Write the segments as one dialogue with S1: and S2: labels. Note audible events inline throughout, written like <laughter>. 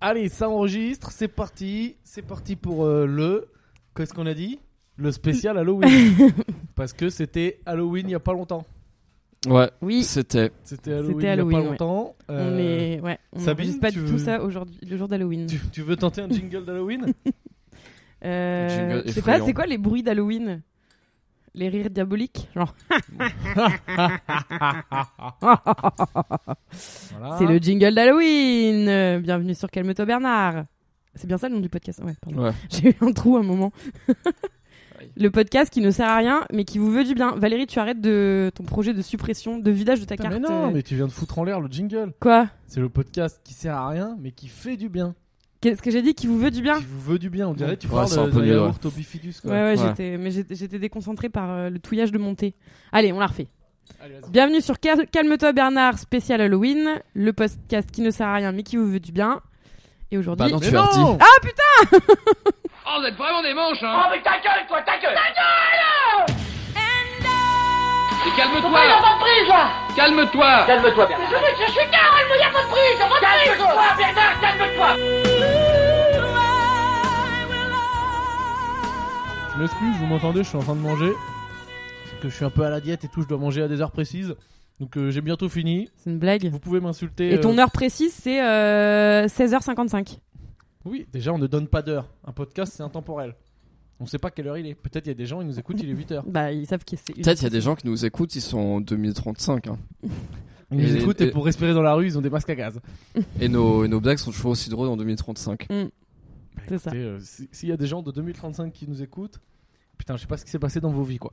S1: Allez, ça enregistre, c'est parti. C'est parti pour euh, le. Qu'est-ce qu'on a dit Le spécial
S2: <laughs>
S1: Halloween. Parce que c'était Halloween il y a pas longtemps.
S3: Ouais,
S2: Oui.
S3: c'était.
S1: C'était Halloween, il y a
S2: Halloween,
S1: pas
S2: ouais.
S1: longtemps.
S2: On
S1: Euh,
S2: est, ouais, on
S1: Sabine,
S2: n'enregistre pas
S1: tu
S2: du
S1: veux-
S2: tout ça aujourd'hui, le jour d'Halloween.
S1: tu, tu veux tenter un jingle d'Halloween
S2: Euh,
S3: Jingle
S2: je sais
S3: effrayant.
S2: pas, c'est quoi les bruits d'Halloween Les rires diaboliques Genre,
S1: Voilà.
S2: c'est le jingle d'Halloween Euh, Bienvenue sur Calme-toi Bernard C'est bien ça le nom du podcast Ouais, pardon.
S3: Ouais.
S2: J'ai eu un trou un moment. le podcast qui ne sert à rien, mais qui vous veut du bien. Valérie, tu arrêtes de ton projet de suppression, de vidage de ta
S1: Putain,
S2: carte.
S1: mais non,
S2: euh,
S1: mais tu viens de foutre en l'air le jingle.
S2: Quoi
S1: C'est le podcast qui sert à rien, mais qui fait du bien.
S2: Qu'est-ce que j'ai dit Qui vous veut du bien
S1: Qui vous veut du bien. On dirait que tu
S3: Ouais,
S1: parles
S3: c'est un
S1: de-
S3: peu
S1: d'un
S3: mieux,
S1: yaourt au bifidus.
S2: Ouais,
S1: Quoi.
S2: Ah. ouais,
S3: Ouais.
S2: j'étais- mais j'étais j'étais déconcentrée par euh, le touillage de mon thé. Allez, on la refait.
S1: Allez, vas-y.
S2: Bienvenue sur Cal- Calme-toi Bernard, spécial Halloween, le podcast qui ne sert à rien mais qui vous veut du bien. Et aujourd'hui,
S3: Bah non,
S1: Mais
S3: tu as redit.
S1: non
S4: Oh, vous êtes vraiment des manches, hein
S5: Oh mais ta gueule toi, ta gueule Ta gueule
S4: Mais
S5: Pourquoi il y a
S4: Calme-toi
S5: pas de prise là
S4: Calme-toi
S5: Calme-toi Bernard Je, je, je suis calme, il y a pas de prise, y a pas de prise Calme-toi Bernard, calme-toi
S2: Ah
S1: Je m'excuse, vous m'entendez, je suis en train de manger. Parce que je suis un peu à la diète et tout, je dois manger à des heures précises. Donc euh, j'ai bientôt fini.
S2: c'est une blague.
S1: Vous pouvez m'insulter.
S2: Et ton
S1: euh,
S2: heure précise, c'est euh, 16h55.
S1: Oui, déjà on ne donne pas d'heure. Un podcast c'est intemporel. On sait pas quelle heure il est. Peut-être il y a des gens, ils nous écoutent, il est 8h.
S2: <laughs> Bah, ils savent que c'est une-
S3: Peut-être il y a des gens qui nous écoutent, ils sont en 2035. hein.
S1: Ils nous
S3: Et-
S1: écoutent et pour respirer dans la rue, ils ont des masques à gaz.
S3: Et, nos, et nos blagues sont toujours aussi drôles en 2035.
S2: C'est ça.
S1: Écoutez, euh, si- S'il y a des gens de 2035 qui nous écoutent, putain, je sais pas ce qui s'est passé dans vos vies quoi.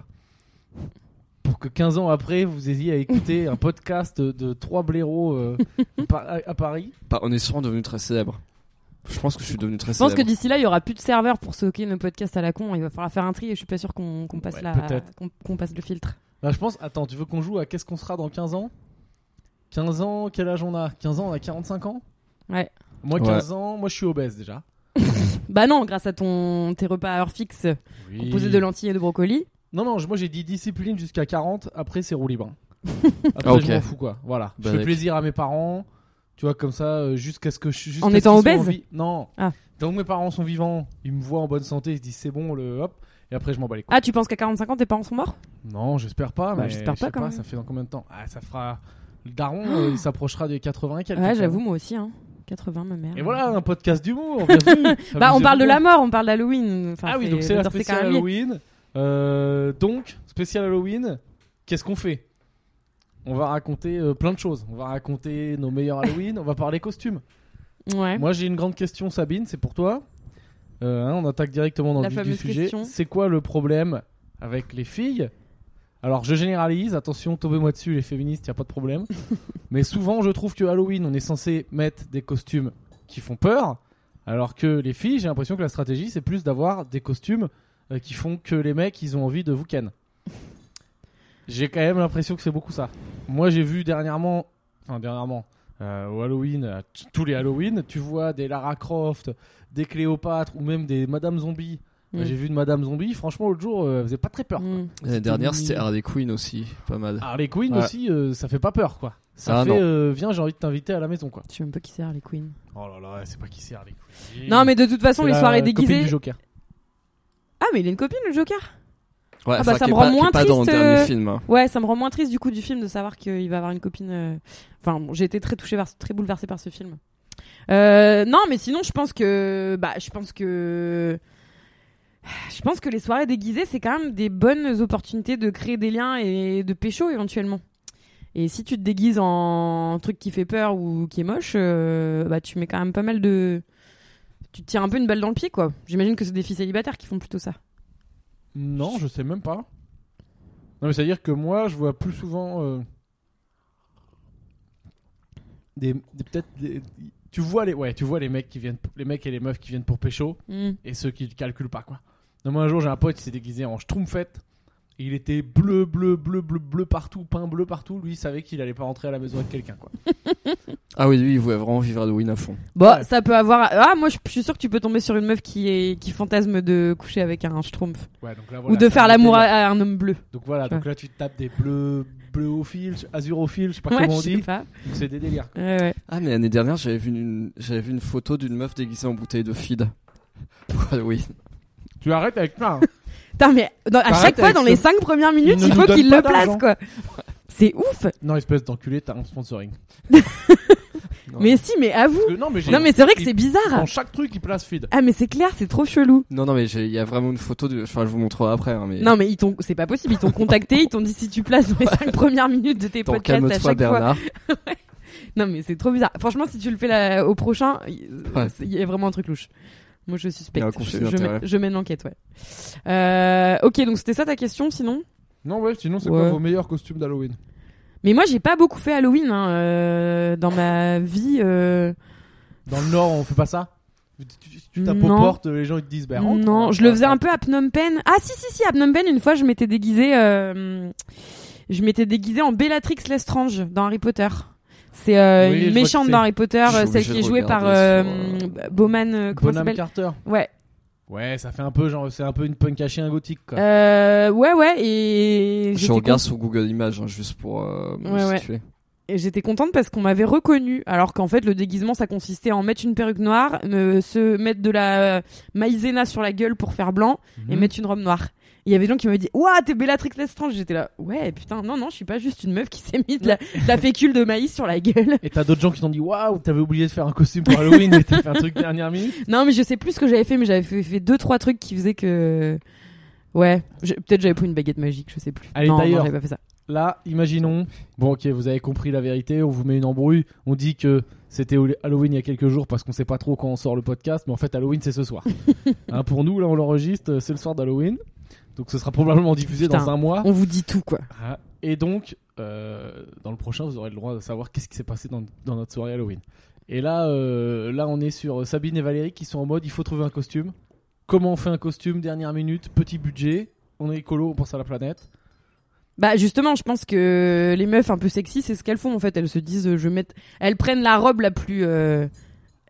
S1: Pour que 15 ans après, vous ayez à écouter un podcast de trois blaireaux
S2: <laughs>
S1: euh, par- à- à Paris.
S3: Bah, on est sûrement devenu très célèbre. Je pense que je suis devenu très
S2: Je pense que
S3: célèbre.
S2: d'ici là, il y aura plus de serveurs pour stocker nos podcasts à la con. Il va falloir faire un tri et je suis pas sûr qu'on qu'on passe
S1: Ouais,
S2: la-
S1: peut-être.
S2: qu'on qu'on passe le filtre.
S1: Bah, je pense, attends, tu veux qu'on joue à qu'est-ce qu'on sera dans 15 ans 15 ans, quel âge on a 15 ans, on a 45 ans
S2: Ouais.
S1: Moi,
S3: Ouais.
S1: 15 ans, moi je suis obèse déjà.
S2: Bah non, grâce à ton tes repas à heure fixe, composés de lentilles et de brocolis.
S1: Non, non, je- moi j'ai dit discipline jusqu'à 40, après c'est roue
S2: <laughs>
S1: libre. Après,
S3: Ah, ok.
S1: je m'en fous quoi. Voilà. je
S3: Bah,
S1: fais
S3: d'accord.
S1: plaisir à mes parents, tu vois, comme ça, euh, jusqu'à ce que je. jusqu'à
S2: En
S1: ce
S2: étant
S1: qu'ils soient
S2: obèse
S1: en vie. Non.
S2: Ah.
S1: Tant que mes parents sont vivants, ils me voient en bonne santé, ils se disent c'est bon, le hop, et après je m'en bats les couilles.
S2: Ah, tu penses qu'à 45 ans, tes parents sont morts
S1: Non, j'espère pas,
S2: Bah,
S1: mais
S2: j'espère
S1: je
S2: pas,
S1: sais
S2: quand même.
S1: Ça fait dans combien de temps Ah, ça fera. Le
S2: <gasps>
S1: daron, euh, il s'approchera des 80 et quelques.
S2: Ouais,
S1: quoi.
S2: j'avoue, moi aussi. Hein. 80, ma mère.
S1: Et voilà, un podcast d'humour,
S2: <laughs>
S1: bienvenue.
S2: Bah, on parle de la
S1: Amusez-vous.
S2: mort, on parle d'Halloween. Enfin,
S1: Ah oui, donc c'est la
S2: j'adore, quand
S1: spéciale
S2: même lié.
S1: Halloween. Euh, donc, spécial Halloween, qu'est-ce qu'on fait On va raconter euh, plein de choses. On va raconter nos meilleurs Halloween, on va parler costumes.
S2: Ouais.
S1: Moi, j'ai une grande question, Sabine, c'est pour toi. Euh, hein, on attaque directement dans
S2: La
S1: le vif du
S2: fameuse
S1: sujet.
S2: question.
S1: C'est quoi le problème avec les filles Alors, je généralise, attention, tombez-moi dessus, les féministes, il a pas de
S2: <laughs>
S1: problème. Mais souvent, je trouve que Halloween, on est censé mettre des costumes qui font peur, alors que les filles, j'ai l'impression que la stratégie, c'est plus d'avoir des costumes euh, qui font que les mecs, ils ont envie de vous ken. J'ai quand même l'impression que c'est beaucoup ça. Moi, j'ai vu dernièrement, enfin dernièrement, euh, au Halloween, à t- tous les Halloween, tu vois des Lara Croft, des Cléopâtre ou même des Madame Zombie. Euh,
S2: Mm.
S1: J'ai vu une Madame Zombie, franchement, l'autre jour, euh, elle faisait pas très peur.
S2: Mm.
S3: L'année dernière,
S1: mignon.
S3: c'était Harley Quinn aussi, pas mal.
S2: Ah.
S1: Harley Quinn
S3: Ouais.
S1: aussi, euh, ça fait pas peur, quoi. Ça
S3: Ah,
S1: fait,
S3: non.
S1: euh, viens, j'ai envie de t'inviter à la maison, quoi.
S2: Je sais même pas qui c'est Harley Quinn.
S1: Oh là là, c'est pas qui c'est Harley Quinn.
S2: Non, mais de toute façon,
S1: C'est
S2: les
S1: la
S2: soirées
S1: copine
S2: déguisées.
S1: du Joker.
S2: Ah, mais il a une copine, le Joker
S3: Ouais,
S2: bah,
S3: enfin,
S2: ça
S3: qui
S2: me
S3: est
S2: rend
S3: pas, qui est
S2: moins
S3: pas dans le
S2: triste,
S3: dernier
S2: euh,
S3: film. hein.
S2: Ouais, ça me rend moins triste du coup du film de savoir qu'il va avoir une copine. euh, Enfin, bon, j'ai été très touchée, par, ce- très bouleversée par ce film. Euh, non, mais sinon, je pense que. Bah, je pense que. Je pense que les soirées déguisées, c'est quand même des bonnes opportunités de créer des liens et de pécho éventuellement. Et si tu te déguises en truc qui fait peur ou qui est moche, euh, bah tu mets quand même pas mal de. Tu te tires un peu une balle dans le pied, quoi. J'imagine que c'est des filles célibataires qui font plutôt ça.
S1: Non, je sais même pas. Non, mais c'est-à-dire que moi, je vois plus souvent. euh, des, des- peut-être des- tu vois les ouais tu vois les mecs qui viennent les mecs et les meufs qui viennent pour pécho
S2: Hmm.
S1: et ceux qui ne calculent pas quoi. Non, moi un jour j'ai un pote qui s'est déguisé en Schtroumpfette. Et il était bleu, bleu, bleu, bleu, bleu partout, peint bleu partout. Lui, il savait qu'il allait pas rentrer à la maison avec quelqu'un, quoi.
S3: Ah oui, lui, il voulait vraiment vivre Halloween à hein. fond.
S2: Bon,
S1: Ouais.
S2: ça peut avoir. Ah, moi, je je suis sûre que tu peux tomber sur une meuf qui est qui fantasme de coucher avec un schtroumpf
S1: Ouais, donc là,
S2: ou
S1: voilà,
S2: de
S1: c'est
S2: faire
S1: un
S2: l'amour à,
S1: délire.
S2: à un homme bleu.
S1: Donc voilà, donc là, tu te tapes des bleus, bleuophile, je- azurophile, je sais pas
S2: Ouais,
S1: comment on
S2: je sais
S1: dit.
S2: pas.
S1: Donc C'est des délires. quoi.
S2: Ouais, ouais.
S3: Ah, mais l'année dernière, j'avais vu une, j'avais vu une photo d'une meuf déguisée en bouteille de <laughs> feed. Ouais, oui.
S1: Tu arrêtes avec ça. hein.
S2: Putain, mais dans- à
S1: T'arrêtes
S2: chaque fois,
S1: avec
S2: dans
S1: ce-
S2: les 5 premières minutes,
S1: Il ne
S2: il
S1: nous
S2: faut
S1: donne
S2: qu'il
S1: pas
S2: le place,
S1: d'argent.
S2: quoi. C'est ouf.
S1: Non, espèce d'enculé, t'as un sponsoring.
S3: Non.
S2: Mais si, mais à vous.
S1: Parce que non, mais j'ai.
S2: Non, mais c'est vrai que
S1: il-
S2: c'est bizarre.
S1: Dans chaque truc, il place feed.
S2: Ah, mais c'est clair, c'est trop chelou.
S3: Non, non, mais j'ai- il y a vraiment une photo de. Enfin, je vous montrerai après. hein, mais...
S2: Non, mais ils t'ont, c'est pas possible. Ils t'ont contacté, ils t'ont dit si tu places dans les 5 premières minutes de tes
S3: Attends,
S2: podcasts à
S3: calme-toi,
S2: chaque fois.
S3: Bernard.
S2: Non, mais c'est trop bizarre. Franchement, si tu le fais là, au prochain, il
S3: Ouais.
S2: c'est- il y a vraiment un truc louche. Moi, je suspecte.
S3: Il y a un
S2: Je,
S3: conflit
S2: je
S3: d'intérêt.
S2: mène, je mène l'enquête, ouais. Euh, ok, donc c'était ça ta question, sinon
S1: Non, ouais, sinon, c'est
S2: Ouais.
S1: quoi vos meilleurs costumes d'Halloween
S2: Mais moi, j'ai pas beaucoup fait Halloween hein, euh, dans ma vie. euh,
S1: Dans le Nord, on fait pas ça Tu- tu, tu tapes
S2: Non.
S1: aux portes, les gens ils te disent, bah rentre.
S2: non,
S1: hein,
S2: je le
S1: bah,
S2: faisais un
S1: rentre.
S2: peu à Phnom Penh. Ah, si, si, si, à Phnom Penh, une fois, je m'étais déguisée. euh, je m'étais déguisée en Bellatrix Lestrange dans Harry Potter. C'est
S1: Oui,
S2: euh,
S1: je vois
S2: une
S1: qui
S2: méchante
S1: c'est.
S2: dans Harry Potter,
S3: Je suis
S2: euh, celle
S3: obligé
S2: qui est
S3: de
S2: jouée par euh,
S3: regarder sur,
S2: Bowman. euh, comment elle
S1: Bonham
S2: s'appelle
S1: Carter.
S2: Ouais.
S1: Ouais, ça fait un peu genre, c'est un peu une punk à chien gothique quoi.
S2: Euh, ouais, ouais, et
S3: Je
S2: j'étais
S3: regarde
S2: con-
S3: sur Google Images, hein, juste pour euh, me
S2: Ouais, ouais.
S3: situer.
S2: et j'étais contente parce qu'on m'avait reconnue, alors qu'en fait le déguisement ça consistait à en mettre une perruque noire, me- se mettre de la euh, maïzena sur la gueule pour faire blanc et
S3: Hmm.
S1: Mhm.
S2: mettre une robe noire. Il y avait des gens qui m'avaient dit Ouah, t'es Bellatrix Lestrange J'étais là, ouais, putain, non, non, je suis pas juste une meuf qui s'est mis de la, de la fécule de maïs sur la gueule. <laughs>
S1: Et t'as d'autres gens qui t'ont dit waouh, t'avais oublié de faire un costume pour Halloween, mais t'as fait un truc dernière minute.
S2: Non, mais je sais plus ce que j'avais fait, mais j'avais fait, fait deux, trois trucs qui faisaient que. Ouais, je- peut-être j'avais pris une baguette magique, je sais plus.
S1: Allez,
S2: non, non,
S1: d'ailleurs.
S2: j'avais pas fait ça.
S1: Là, imaginons, bon ok, vous avez compris la vérité, on vous met une embrouille, on dit que c'était au- Halloween il y a quelques jours parce qu'on sait pas trop quand on sort le podcast, mais en fait Halloween c'est ce soir. Hein, pour nous, là on l'enregistre, euh, c'est le soir d'Halloween, donc ce sera probablement diffusé
S2: Putain.
S1: dans un
S2: <laughs>
S1: mois.
S2: On vous dit tout, quoi.
S1: Ah, et donc, euh, dans le prochain, vous aurez le droit de savoir qu'est-ce qui s'est passé dans, dans notre soirée Halloween. Et là, euh, là, on est sur Sabine et Valérie qui sont en mode il faut trouver un costume. Comment on fait un costume Dernière minute, petit budget. On est écolo, on pense à la planète.
S2: Bah justement, je pense que les meufs un peu sexy, c'est ce qu'elles font en fait. Elles se disent, euh, je vais mettre, elles prennent la robe la plus, euh,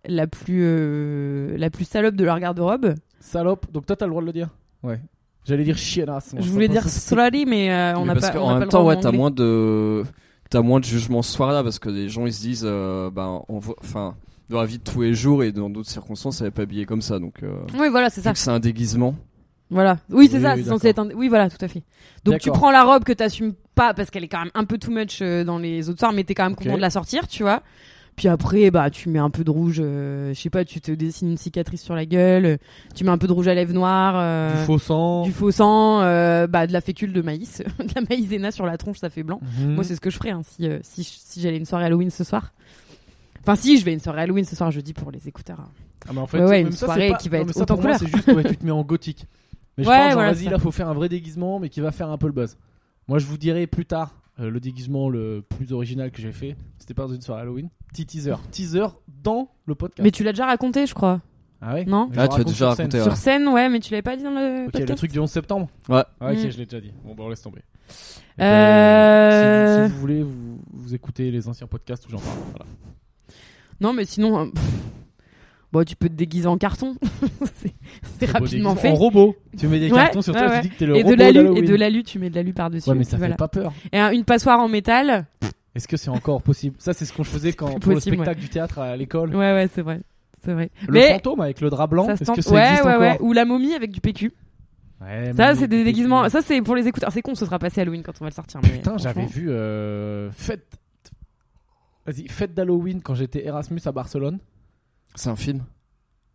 S2: la plus, euh, la plus salope de leur garde-robe.
S1: Salope. Donc toi, t'as le droit de le dire Ouais. J'allais dire chiennasse. moi,
S2: je
S1: ça
S2: voulais
S1: passe
S2: dire
S1: aussi.
S2: slutty, mais euh, on
S3: Mais
S2: n'a
S3: parce
S2: pas. on
S3: qu'en même
S2: n'a pas le
S3: temps,
S2: droit
S3: ouais,
S2: en
S3: t'as
S2: anglais.
S3: moins de t'as moins de jugement ce soir-là parce que les gens ils se disent, euh, bah, on voit, enfin, dans la vie de tous les jours et dans d'autres circonstances, elle est pas habillée comme ça, donc. euh,
S2: Oui, voilà, c'est
S3: vu
S2: ça.
S3: que c'est un déguisement.
S2: Voilà. Oui, c'est
S1: Oui,
S2: ça.
S1: oui,
S2: c'est censé être.
S1: d'accord.
S2: un- Oui, voilà, tout à fait. Donc tu
S1: D'accord.
S2: prends la robe que t'assumes pas parce qu'elle est quand même un peu too much euh, dans les autres soirs, mais t'es quand même
S1: Ok.
S2: content de la sortir, tu vois. Puis après, bah tu mets un peu de rouge. euh, je sais pas, tu te dessines une cicatrice sur la gueule. euh, Tu mets un peu de rouge à lèvres noires. euh,
S1: Du faux sang.
S2: du faux sang, euh, bah, de la fécule de maïs, <laughs> de la maïzena sur la tronche, ça fait blanc.
S1: Mhm.
S2: Moi, c'est ce que je ferais hein, si, euh, si, je- si j'allais à une soirée Halloween ce soir. Enfin, si je vais à une soirée Halloween ce soir, je dis pour les écouteurs. hein.
S1: Ah, mais en fait,
S2: Ouais, ouais,
S1: même
S2: une
S1: ça, c'est
S2: soirée
S1: pas-
S2: qui va
S1: non,
S2: être
S1: mais ça,
S2: haute en
S1: pour moi,
S2: couleur.
S1: C'est juste ouais, tu te mets en gothique. Mais je
S2: Ouais,
S1: pense, genre,
S2: voilà,
S1: vas-y,
S2: ça.
S1: là, faut faire un vrai déguisement, mais qui va faire un peu le buzz. Moi, je vous dirai plus tard euh, le déguisement le plus original que j'ai fait. C'était pas dans une soirée Halloween. Petit teaser. Teaser dans le podcast.
S2: Mais tu l'as déjà raconté, je crois.
S1: Ah ouais
S2: Non.
S1: Mais je
S3: Ah,
S1: le
S3: tu as
S1: raconte
S3: déjà
S1: sur scène.
S3: raconté. ouais.
S2: Sur scène, ouais, mais tu l'avais pas dit dans le
S1: Ok,
S2: podcast.
S1: le truc du 11 septembre
S3: Ouais.
S1: Ah, ok,
S2: Mm.
S1: je l'ai déjà dit. Bon, bah, on laisse tomber. Eh ben,
S2: Euh,
S1: si, vous, si vous voulez, vous, vous écoutez les anciens podcasts où j'en parle. Voilà.
S2: Non, mais sinon, euh, pff, bon, tu peux te déguiser en carton. <laughs> c'est, c'est
S1: Très beau
S2: rapidement
S1: déguisement.
S2: fait.
S1: En robot. Tu mets des
S2: Ouais,
S1: cartons sur toi, tu
S2: ouais,
S1: dis que t'es le
S2: Et de
S1: robot
S2: l'alu, et
S1: d'Halloween.
S2: de l'alu, tu mets de l'alu par-dessus.
S1: Ouais, mais
S2: et
S1: ça
S2: puis voilà.
S1: fait pas peur.
S2: Et un- une passoire en métal.
S1: Est-ce que c'est encore possible Ça, c'est ce qu'on faisait quand
S2: plus
S1: pour le
S2: possible,
S1: spectacle du théâtre à l'école.
S2: Ouais, ouais, c'est vrai, c'est vrai.
S1: Le
S2: mais
S1: fantôme avec le drap blanc.
S2: ça se
S1: Est-ce
S2: tente.
S1: que ça
S2: ouais,
S1: existe
S2: ouais, ouais.
S1: encore
S2: Ou la momie avec du PQ.
S1: Ouais,
S2: Ça,
S1: mais-
S2: c'est des déguisements. Ça, c'est pour les écouteurs. C'est con, ce sera passé Halloween quand on va le sortir. mais
S1: Putain, j'avais
S2: franchement.
S1: vu euh, fête. Vas-y, fête d'Halloween quand j'étais Erasmus à Barcelone.
S3: C'est un film.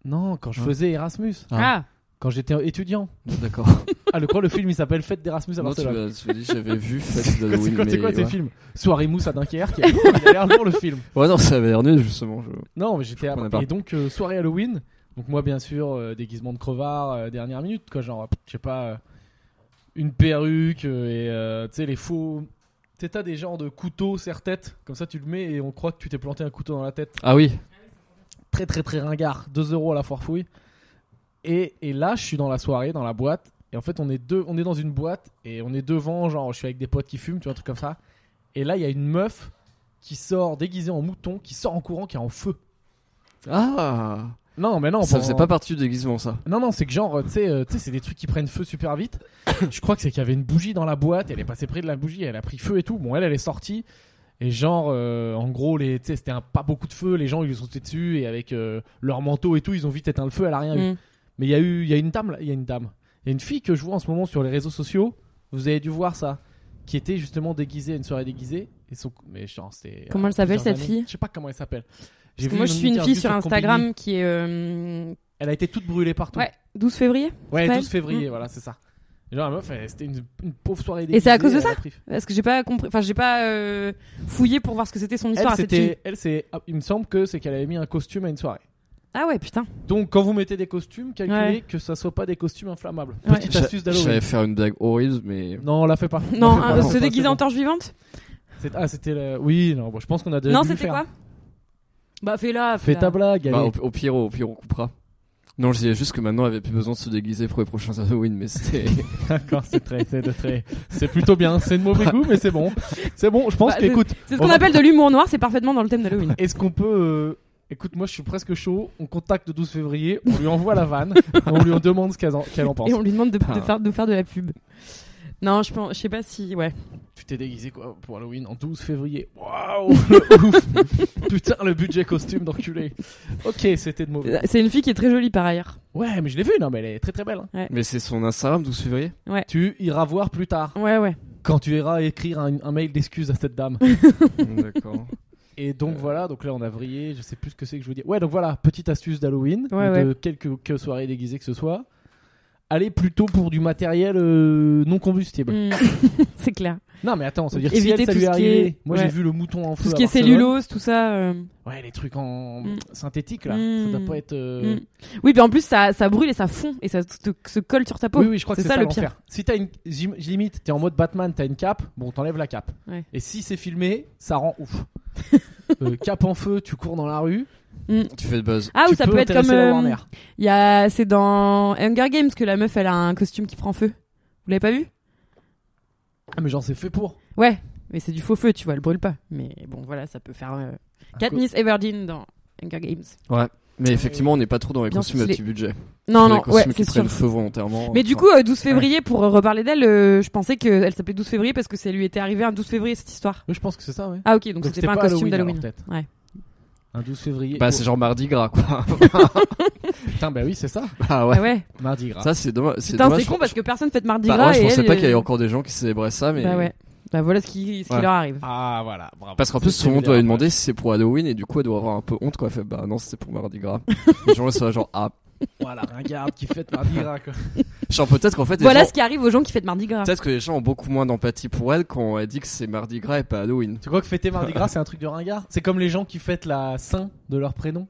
S1: Non, quand je
S3: Hein.
S1: faisais Erasmus,
S2: Ah,
S1: quand j'étais étudiant.
S3: D'accord.
S1: Ah, le quoi, le film il s'appelle Fête d'Erasmus à
S3: Non, tu
S1: Barcelone.
S3: m'as- tu m'as dit, j'avais vu
S1: C'est
S3: Fête
S1: quoi, c'est
S3: d'Halloween.
S1: quoi, c'est
S3: mais
S1: quoi tes
S3: ouais.
S1: films Soirée mousse à Dunkerque. il a <laughs> l'air lourd le film.
S3: Ouais, non, ça avait l'air nul, justement. je-
S1: Non, mais j'étais à...
S3: comprenais pas.
S1: et donc euh, soirée Halloween. Donc moi bien sûr euh, déguisement de crevard euh, dernière minute quoi genre je sais pas euh, une perruque euh, et euh, tu sais les faux tu sais, t'as des genres de couteaux serre-tête comme ça tu le mets et on croit que tu t'es planté un couteau dans la tête
S3: Ah oui.
S1: très très très ringard 2 euros à la foire fouille et, et là je suis dans la soirée dans la boîte et en fait on est deux on est dans une boîte et on est devant genre je suis avec des potes qui fument tu vois un truc comme ça et là il y a une meuf qui sort déguisée en mouton qui sort en courant qui est en feu
S3: Ah.
S1: Non, mais non.
S3: ça
S1: bon,
S3: faisait pas partie du déguisement, ça.
S1: Non, non, c'est que genre, tu sais, euh, tu sais, c'est des trucs qui prennent feu super vite. <coughs> Je crois que c'est qu'il y avait une bougie dans la boîte, elle est passée près de la bougie, elle a pris feu et tout. Bon, elle, elle est sortie. Et genre, euh, en gros, les, tu sais, c'était un- pas beaucoup de feu, les gens, ils sont sauté dessus et avec euh, leur manteau et tout, ils ont vite éteint le feu, elle a rien eu.
S2: Mm.
S1: Mais il y a eu, il y a une dame, là- il y a une dame, il y a une fille que je vois en ce moment sur les réseaux sociaux. Vous avez dû voir ça, qui était justement déguisée, à une soirée déguisée. Et son, mais genre, c'était.
S2: Comment
S1: euh,
S2: elle s'appelle,
S1: plusieurs années.
S2: cette fille
S1: Je sais pas comment elle s'appelle. J'ai
S2: Parce que
S1: vu
S2: moi, je suis une
S1: interview
S2: fille sur
S1: Combini.
S2: Instagram qui est. euh,
S1: Elle a été toute brûlée partout.
S2: Ouais, 12 février
S1: Ouais,
S2: Ouais. Mmh.
S1: 12 février, voilà, c'est ça. Et Genre, la meuf, elle- c'était une, une pauvre soirée
S2: Et c'est à cause de
S1: déguisée,
S2: ça
S1: elle a pris-
S2: Parce que j'ai pas compris. Enfin, j'ai pas euh, fouillé pour voir ce que c'était son histoire
S1: Elle,
S2: à cette fille.
S1: c'était, elle, c'est, ah, il me semble que c'est qu'elle avait mis un costume à une soirée.
S2: Ah ouais, putain. <laughs>
S1: Donc, quand vous mettez des costumes, calculez
S2: Ouais.
S1: que ça soit pas des costumes inflammables.
S2: Ouais.
S1: Petite
S3: J'a-
S1: astuce d'Halloween.
S3: J'allais faire une blague horrible, mais.
S1: Non, on la fait pas.
S2: <laughs> Non,
S1: On la fait
S2: hein,
S1: Ah, pas, on
S2: se
S1: la fait
S2: déguiser
S1: pas,
S2: en torche vivante
S1: c'est bon. C'est- Ah, c'était le... Oui, non, bon, je pense qu'on a déjà
S2: Non,
S1: dû le
S2: c'était
S1: faire.
S2: quoi Bah, fais-la.
S1: Fais
S2: fais-la.
S1: ta blague, allez.
S3: Bah, au, au pire, au pire, on coupera. Non, je disais juste que maintenant, elle avait plus besoin de se déguiser pour les prochains Halloween, mais c'était.
S1: D'accord, c'est très, c'est de très... C'est plutôt bien, c'est de <laughs> mauvais goût, mais c'est bon. C'est bon, je pense
S2: Bah,
S1: que, écoute,
S2: C'est ce
S1: On
S2: qu'on
S1: va-
S2: appelle de l'humour noir, c'est parfaitement dans le thème
S1: <laughs>
S2: d'Halloween.
S1: Est-ce qu'on peut. euh, Écoute, moi je suis presque chaud. On contacte le 12 février, on lui envoie la
S2: <laughs>
S1: vanne, on lui en demande ce qu'elle en, qu'elle en pense.
S2: Et on lui demande de, de
S3: Ah.
S2: faire, de faire de la pub. Non, je, pense, je sais pas si. Ouais.
S1: Tu t'es déguisé quoi pour Halloween en 12 février Waouh le ouf.
S2: <laughs>
S1: Putain, le budget costume d'enculé Ok, c'était de mauvais.
S2: C'est une fille qui est très jolie par ailleurs.
S1: Ouais, mais je l'ai vu, non, mais elle est très très belle. hein.
S3: mais c'est son Instagram, 12 février
S1: Tu iras voir plus tard
S2: Ouais, ouais.
S1: quand tu iras écrire un, un mail d'excuse à cette dame.
S3: D'accord.
S1: Et donc
S2: Euh.
S1: voilà, donc là on a vrillé, je sais plus ce que c'est que je vous dis. Ouais, donc voilà, petite astuce d'Halloween,
S2: Ouais,
S1: ou de quelques que soirées déguisées que ce soit. Allez plutôt pour du matériel euh, non combustible.
S2: Mm. <laughs> c'est clair.
S1: Non, mais attends, ça veut dire
S2: Donc,
S1: si elle,
S2: éviter
S1: ça
S2: tout
S1: lui est
S2: ce qui
S1: arrivé.
S2: est-
S1: Moi
S2: ouais.
S1: j'ai vu le mouton en feu.
S2: Tout ce
S1: à
S2: qui est
S1: Barcelone.
S2: cellulose, tout ça. euh,
S1: Ouais, les trucs en
S2: Mm.
S1: synthétique là. Ça
S2: Mm.
S1: doit pas être. euh,
S2: Mm. Oui, puis en plus, ça, ça brûle et ça fond et ça te- se colle sur ta peau.
S1: Oui, oui, je crois que
S2: Oh,
S1: c'est
S2: C'est
S1: ça,
S2: ça, le
S1: l'enfer. Si t'as une. j'im- Limite, t'es en mode Batman, t'as une cape, bon, t'enlèves la cape.
S2: Ouais.
S1: Et si c'est filmé, ça rend
S2: <laughs>
S1: ouf. Euh, cape en feu, tu cours dans la rue.
S3: <laughs> Tu fais de buzz.
S2: Ah,
S1: tu
S2: ou ça
S1: peux
S2: peut être
S1: intéresser
S2: comme.
S1: la
S2: euh,
S1: Warner.
S2: il y a- c'est dans Hunger Games que la meuf, elle a un costume qui prend feu. Vous l'avez pas vu
S1: Ah, mais genre, c'est fait pour.
S2: Ouais, mais c'est du faux feu, tu vois, elle brûle pas. Mais bon, voilà, ça peut faire. euh, Katniss Everdeen dans Hunger Games.
S3: Mais effectivement, on n'est pas trop dans les
S2: Euh, Bien
S3: costumes à
S2: ficelé.
S3: petit budget.
S2: Non,
S3: Dans
S2: non,
S3: les
S2: ouais,
S3: costumes qui
S2: c'est sûr.
S3: prennent feu volontairement.
S2: Mais du
S3: enfin,
S2: coup, euh, 12 février, pour euh, reparler d'elle, euh, je pensais qu'elle s'appelait 12 février parce que ça lui était arrivé un 12 février cette histoire.
S1: Mais je pense que c'est ça, ouais.
S2: Ah, ok, donc c'était pas un costume
S1: alors,
S2: d'Halloween.
S1: peut-être.
S2: Ouais.
S1: Un 12 février.
S3: Bah, c'est genre Mardi Gras, quoi. <laughs>
S1: Oh, putain, bah oui, c'est ça.
S3: ah ouais.
S2: Ah ouais,
S1: Mardi gras.
S3: Ça, c'est dommage. C'est
S2: putain,
S3: dommage.
S2: c'est con parce que personne fête Mardi
S3: Bah,
S2: Gras.
S3: ouais, je
S2: et
S3: pensais
S2: elle,
S3: pas qu'il y avait
S2: euh,
S3: encore des gens qui célébraient ça, mais.
S2: Bah ouais. Bah voilà ce qui, ce qui
S3: Ouais.
S2: leur arrive.
S1: Ah, voilà. bravo.
S3: Parce qu'en plus,
S1: C'est
S3: tout le monde doit lui
S1: évident.
S3: demander si c'est pour Halloween et du coup, elle doit avoir un peu honte quoi. Elle fait bah non, c'était pour Mardi
S2: <laughs>
S3: Gras. les gens ils sont là, genre ah.
S1: Voilà, regarde qui fête Mardi gras, quoi.
S3: Genre peut-être qu'en fait, les
S2: Voilà
S3: gens-
S2: ce qui arrive aux gens qui fêtent Mardi Gras.
S3: peut-être que les gens ont beaucoup moins d'empathie pour elle quand elle dit que c'est Mardi Gras et pas Halloween.
S1: Tu crois que fêter Mardi Gras, c'est un truc de ringard C'est comme les gens qui fêtent la Saint de leur prénom.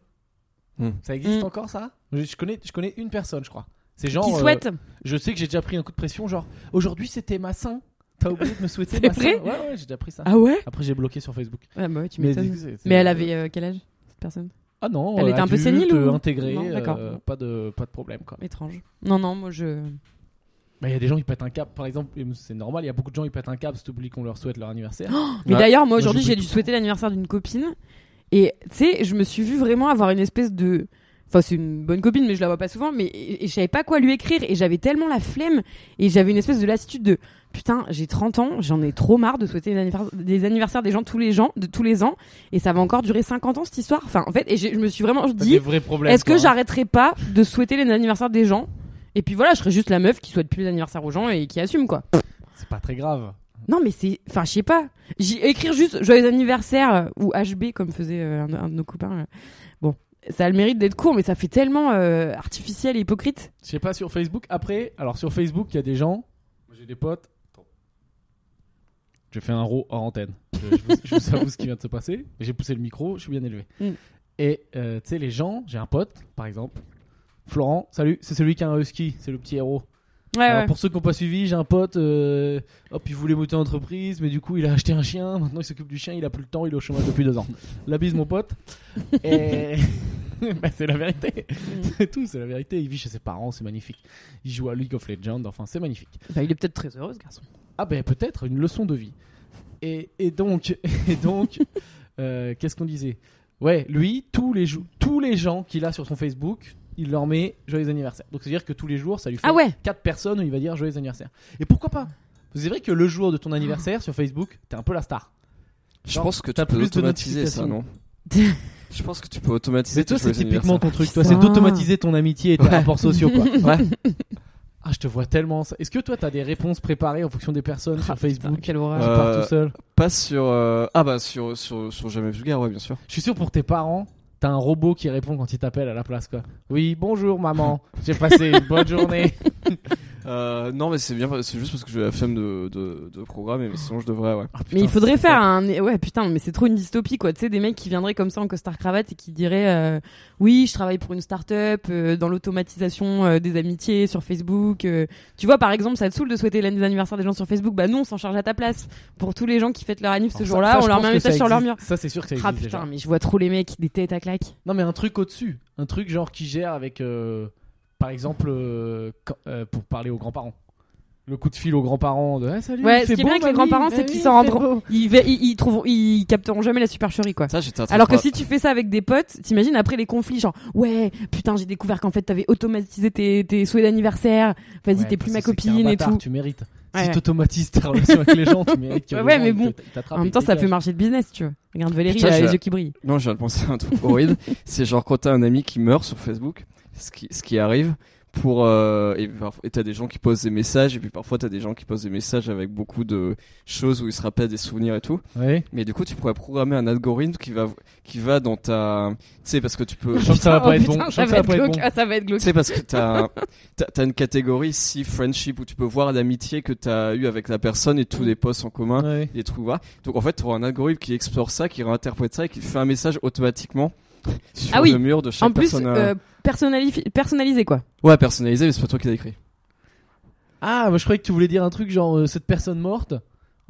S3: Hmm.
S1: Ça existe
S2: Hmm.
S1: encore, ça je, je connais, je connais une personne, je crois. C'est genre.
S2: Qui
S1: euh,
S2: souhaitent.
S1: je sais que j'ai déjà pris un coup de pression, genre, aujourd'hui c'était ma Saint. T'as oublié de me souhaiter
S2: <laughs> C'est
S1: ma
S2: vrai
S1: Saint. Ouais, ouais, j'ai déjà pris ça.
S2: Ah ouais
S1: Après, j'ai bloqué sur Facebook.
S2: Ah bah ouais, tu
S1: Mais,
S2: m'étonnes.
S1: c'est- c'est-
S2: Mais elle avait euh, quel âge cette personne
S1: Ah non,
S2: elle
S1: euh,
S2: était un peu
S1: adulte,
S2: sénile ou-
S1: intégrée,
S2: Non, d'accord.
S1: euh, pas, de, pas de problème, quoi.
S2: Étrange. Non, non, moi je.
S1: Bah, Il y a des gens qui pètent un câble, par exemple, et c'est normal, il y a beaucoup de gens qui pètent un câble si t'oublies qu'on leur souhaite leur anniversaire.
S2: Mais
S3: Ouais.
S2: d'ailleurs, moi
S1: Moi,
S2: aujourd'hui,
S1: j'oublie
S2: j'ai dû
S1: tout le
S2: souhaiter l'anniversaire d'une copine. Et tu sais, je me suis vue vraiment avoir une espèce de. Enfin, c'est une bonne copine, mais je la vois pas souvent. Mais et- et je savais pas quoi lui écrire. Et j'avais tellement la flemme. Et j'avais une espèce de lassitude de. Putain, j'ai 30 ans, j'en ai trop marre de souhaiter les anniversaires, des anniversaires des gens tous les, gens, de tous les ans. Et ça va encore durer 50 ans cette histoire. Enfin, en fait, et j'ai- je me suis vraiment
S1: T'as des
S2: dit.
S1: vrais problèmes.
S2: Est-ce que
S1: toi, hein.
S2: j'arrêterai pas de souhaiter les anniversaires des gens Et puis voilà, je serais juste la meuf qui souhaite plus les anniversaires aux gens et qui assume quoi.
S1: C'est pas très grave.
S2: Non, mais c'est. Enfin, je sais pas. J'y écrire juste joyeux anniversaire euh, ou HB comme faisait euh, un, un de nos copains. euh. Bon, ça a le mérite d'être court, mais ça fait tellement euh, artificiel et hypocrite.
S1: Je sais pas sur Facebook. Après, alors sur Facebook, il y a des gens. Moi, J'ai des potes. Je fais un row hors antenne. Je, je vous, je vous avoue ce qui vient de se passer. J'ai poussé le micro, je suis bien élevé.
S2: Mm.
S1: Et euh, tu sais, les gens, j'ai un pote, par exemple. Florent, salut, c'est celui qui a un husky, c'est le petit héros.
S2: Ouais,
S1: Alors
S2: ouais.
S1: pour ceux qui n'ont pas suivi, j'ai un pote, euh, hop, il voulait monter en entreprise, mais du coup il a acheté un chien, maintenant il s'occupe du chien, il a plus le temps, il est au chômage depuis deux ans. La bise mon
S2: <laughs>
S1: pote. Et... <laughs> Bah, c'est la vérité.
S2: Mm.
S1: C'est tout, c'est la vérité. Il vit chez ses parents, c'est magnifique. Il joue à League of Legends, enfin c'est magnifique.
S2: Bah, il est peut-être très heureux ce garçon.
S1: Ah ben peut-être <laughs> une leçon de vie. Et, et donc, et donc euh, qu'est-ce qu'on disait Ouais, lui, tous les, jou- tous les gens qu'il a sur son Facebook, il leur met joyeux anniversaire. Donc c'est-à-dire que tous les jours, ça lui fait
S2: Ah ouais.
S1: quatre personnes où il va dire joyeux anniversaire. Et pourquoi pas C'est vrai que le jour de ton anniversaire sur Facebook, t'es un peu la star.
S3: Je
S1: Genre,
S3: pense que
S1: t'as
S3: tu peux
S1: plus de
S3: automatiser ça, non <laughs> Je pense que tu peux automatiser
S1: C'est toi,
S3: tes
S1: c'est
S3: joyeux
S1: typiquement
S3: anniversaires.
S1: ton truc. Toi, c'est
S2: Putain.
S1: d'automatiser ton amitié et tes
S3: Ouais.
S1: rapports sociaux,
S2: <laughs>
S1: quoi.
S3: Ouais.
S1: Ah, je te vois tellement. ça. Est-ce que toi, t'as des réponses préparées en fonction des personnes sur
S2: Ah, Putain,
S1: Facebook
S2: quelle horreur.
S1: Tu
S3: Euh,
S1: pars tout seul.
S3: Pas sur. euh, Ah bah sur, sur, sur Jamais Vulgaire, ouais, bien sûr.
S1: Je suis sûr pour tes parents, t'as un robot qui répond quand il t'appelle à la place, quoi. Oui, bonjour maman,
S2: <laughs>
S1: j'ai passé une bonne journée.
S3: Euh, non, mais c'est bien, c'est juste parce que j'ai la flemme de, de, de programmer, mais sinon je devrais, ouais.
S1: Ah, putain,
S2: Mais il faudrait
S1: c'est
S2: faire hein. un. Ouais, putain, mais c'est trop une dystopie, quoi. Tu sais, des mecs qui viendraient comme ça en costard cravate et qui diraient euh, Oui, je travaille pour une start-up euh, dans l'automatisation euh, des amitiés sur Facebook. euh. Tu vois, par exemple, ça te saoule de souhaiter les anniversaires des gens sur Facebook. Bah, nous, on s'en charge à ta place. Pour tous les gens qui fêtent leur anniv ce
S1: Alors, ça-
S2: jour-là,
S1: ça,
S2: on
S1: je
S2: leur
S1: pense
S2: met un
S1: que ça
S2: message sur leur
S1: existe.
S2: mur.
S1: Ça, c'est sûr que ça
S2: Ah
S1: existe déjà.
S2: putain, mais je vois trop les mecs, des têtes à claque.
S1: Non, mais un truc au-dessus. Un truc genre qui gère avec, euh, par exemple, euh, quand- euh, pour parler aux grands-parents. Le coup de fil aux grands-parents de Ah, salut,
S2: Ouais,
S1: il
S2: ce
S1: fait
S2: qui est
S1: beau,
S2: bien avec les
S1: mamie,
S2: grands-parents, c'est
S1: mamie,
S2: qu'ils
S1: il
S2: s'en
S1: fait
S2: rendront-
S1: beau.
S2: Ils, ve- ils, ils, trouveront- ils capteront jamais la supercherie, quoi.
S3: Ça, j'étais en train
S2: Alors
S3: de
S2: que
S3: par-
S2: si tu fais ça avec des potes, t'imagines après les conflits, genre ouais, putain, j'ai découvert qu'en fait t'avais automatisé tes, tes souhaits d'anniversaire, vas-y,
S1: Ouais,
S2: t'es plus ma
S1: parce que c'est
S2: copine
S1: un
S2: et
S1: bâtard,
S2: tout.
S1: Tu mérites.
S2: Ouais,
S1: si
S2: ouais.
S1: t'automatises ta relation avec les gens, tu
S2: <laughs>
S1: mérites que
S2: Ouais,
S1: les
S2: ouais,
S1: gens,
S2: mais
S1: ils
S2: bon.
S1: te- t'attrapent
S2: En
S1: et
S2: même temps,
S1: te
S2: ça fait
S1: dégagent.
S2: marcher le business, tu vois. Regarde Valérie,
S3: Putain,
S2: elle a
S3: j'ai-
S2: les yeux qui brillent.
S3: Non, je viens de penser à un truc horrible. <laughs> c'est genre quand t'as un ami qui meurt sur Facebook, ce qui, ce qui arrive, pour, euh, et parf- et t'as des gens qui posent des messages, et puis parfois t'as des gens qui posent des messages avec beaucoup de choses où ils se rappellent des souvenirs et tout.
S1: Ouais.
S3: Mais du coup, tu pourrais programmer un algorithme qui va, qui va dans ta. Tu sais, parce que tu peux.
S1: Je sens que ça va pas
S2: Oh,
S1: être bon.
S2: putain,
S1: Je sens
S2: Ça
S1: que
S2: va
S1: ça va
S2: être
S1: pas être
S2: glauque.
S1: bon.
S2: Ah, ça va être glauque.
S3: Tu sais, parce que t'as t'as- t'as une catégorie si friendship où tu peux voir l'amitié que t'as eu avec la personne et tous les posts en commun,
S1: Ouais.
S3: les trucs voilà. Donc en fait, t'auras un algorithme qui explore ça, qui réinterprète ça et qui fait un message automatiquement <laughs> sur
S2: Ah oui.
S3: le mur de chaque
S2: En plus,
S3: personne.
S2: euh, personnali- personnalisé, quoi.
S3: Ouais, personnalisé, mais c'est pas toi qui l'as écrit.
S1: Ah, bah, je croyais que tu voulais dire un truc genre euh, cette personne morte.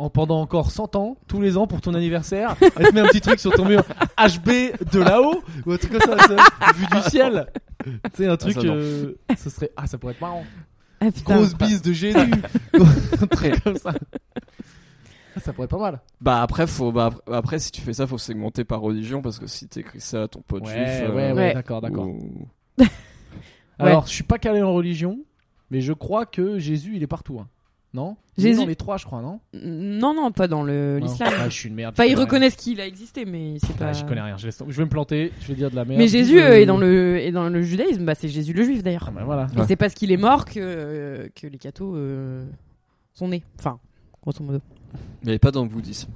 S1: En pendant encore 100 ans, tous les ans pour ton anniversaire, elle te met un petit truc sur ton mur HB de là-haut ou un truc comme ça, ça, vu du ciel. Tu sais, un truc,
S3: Ah, ça, non.
S1: euh, ce serait ah, ça pourrait être marrant.
S2: Ah, putain.
S1: Grosse bise de <laughs> Jésus, un truc comme ça. Ah, Ça pourrait être pas mal.
S3: Bah après, faut, bah, après- après, si tu fais ça, faut segmenter par religion parce que si t'écris ça à ton pote
S1: Ouais,
S3: juif.
S1: ouais,
S3: euh,
S1: ouais,
S2: Ouais.
S1: d'accord, d'accord.
S3: ou-
S1: Alors, je suis pas calé en religion, mais je crois que Jésus, il est partout. hein. Non Il est
S2: Jésus-
S1: dans les trois, je crois, non
S2: Non, non, pas dans le- l'islam.
S1: Ah, je suis une merde.
S2: Enfin,
S1: je
S2: ils
S1: connais
S2: reconnaissent qu'il a existé, mais c'est
S1: rien.
S2: pas.
S1: Ah, J'y connais rien, je, laisse tomber. je vais me planter, je vais dire de la merde.
S2: Bah, Mais Jésus euh,
S1: Euh,
S2: est dans le est dans le judaïsme, bah c'est Jésus le juif d'ailleurs.
S1: Ah, bah voilà.
S2: Et c'est parce qu'il est mort que, euh, que les cathos euh, sont nés. Enfin, grosso modo.
S3: Mais pas dans le bouddhisme.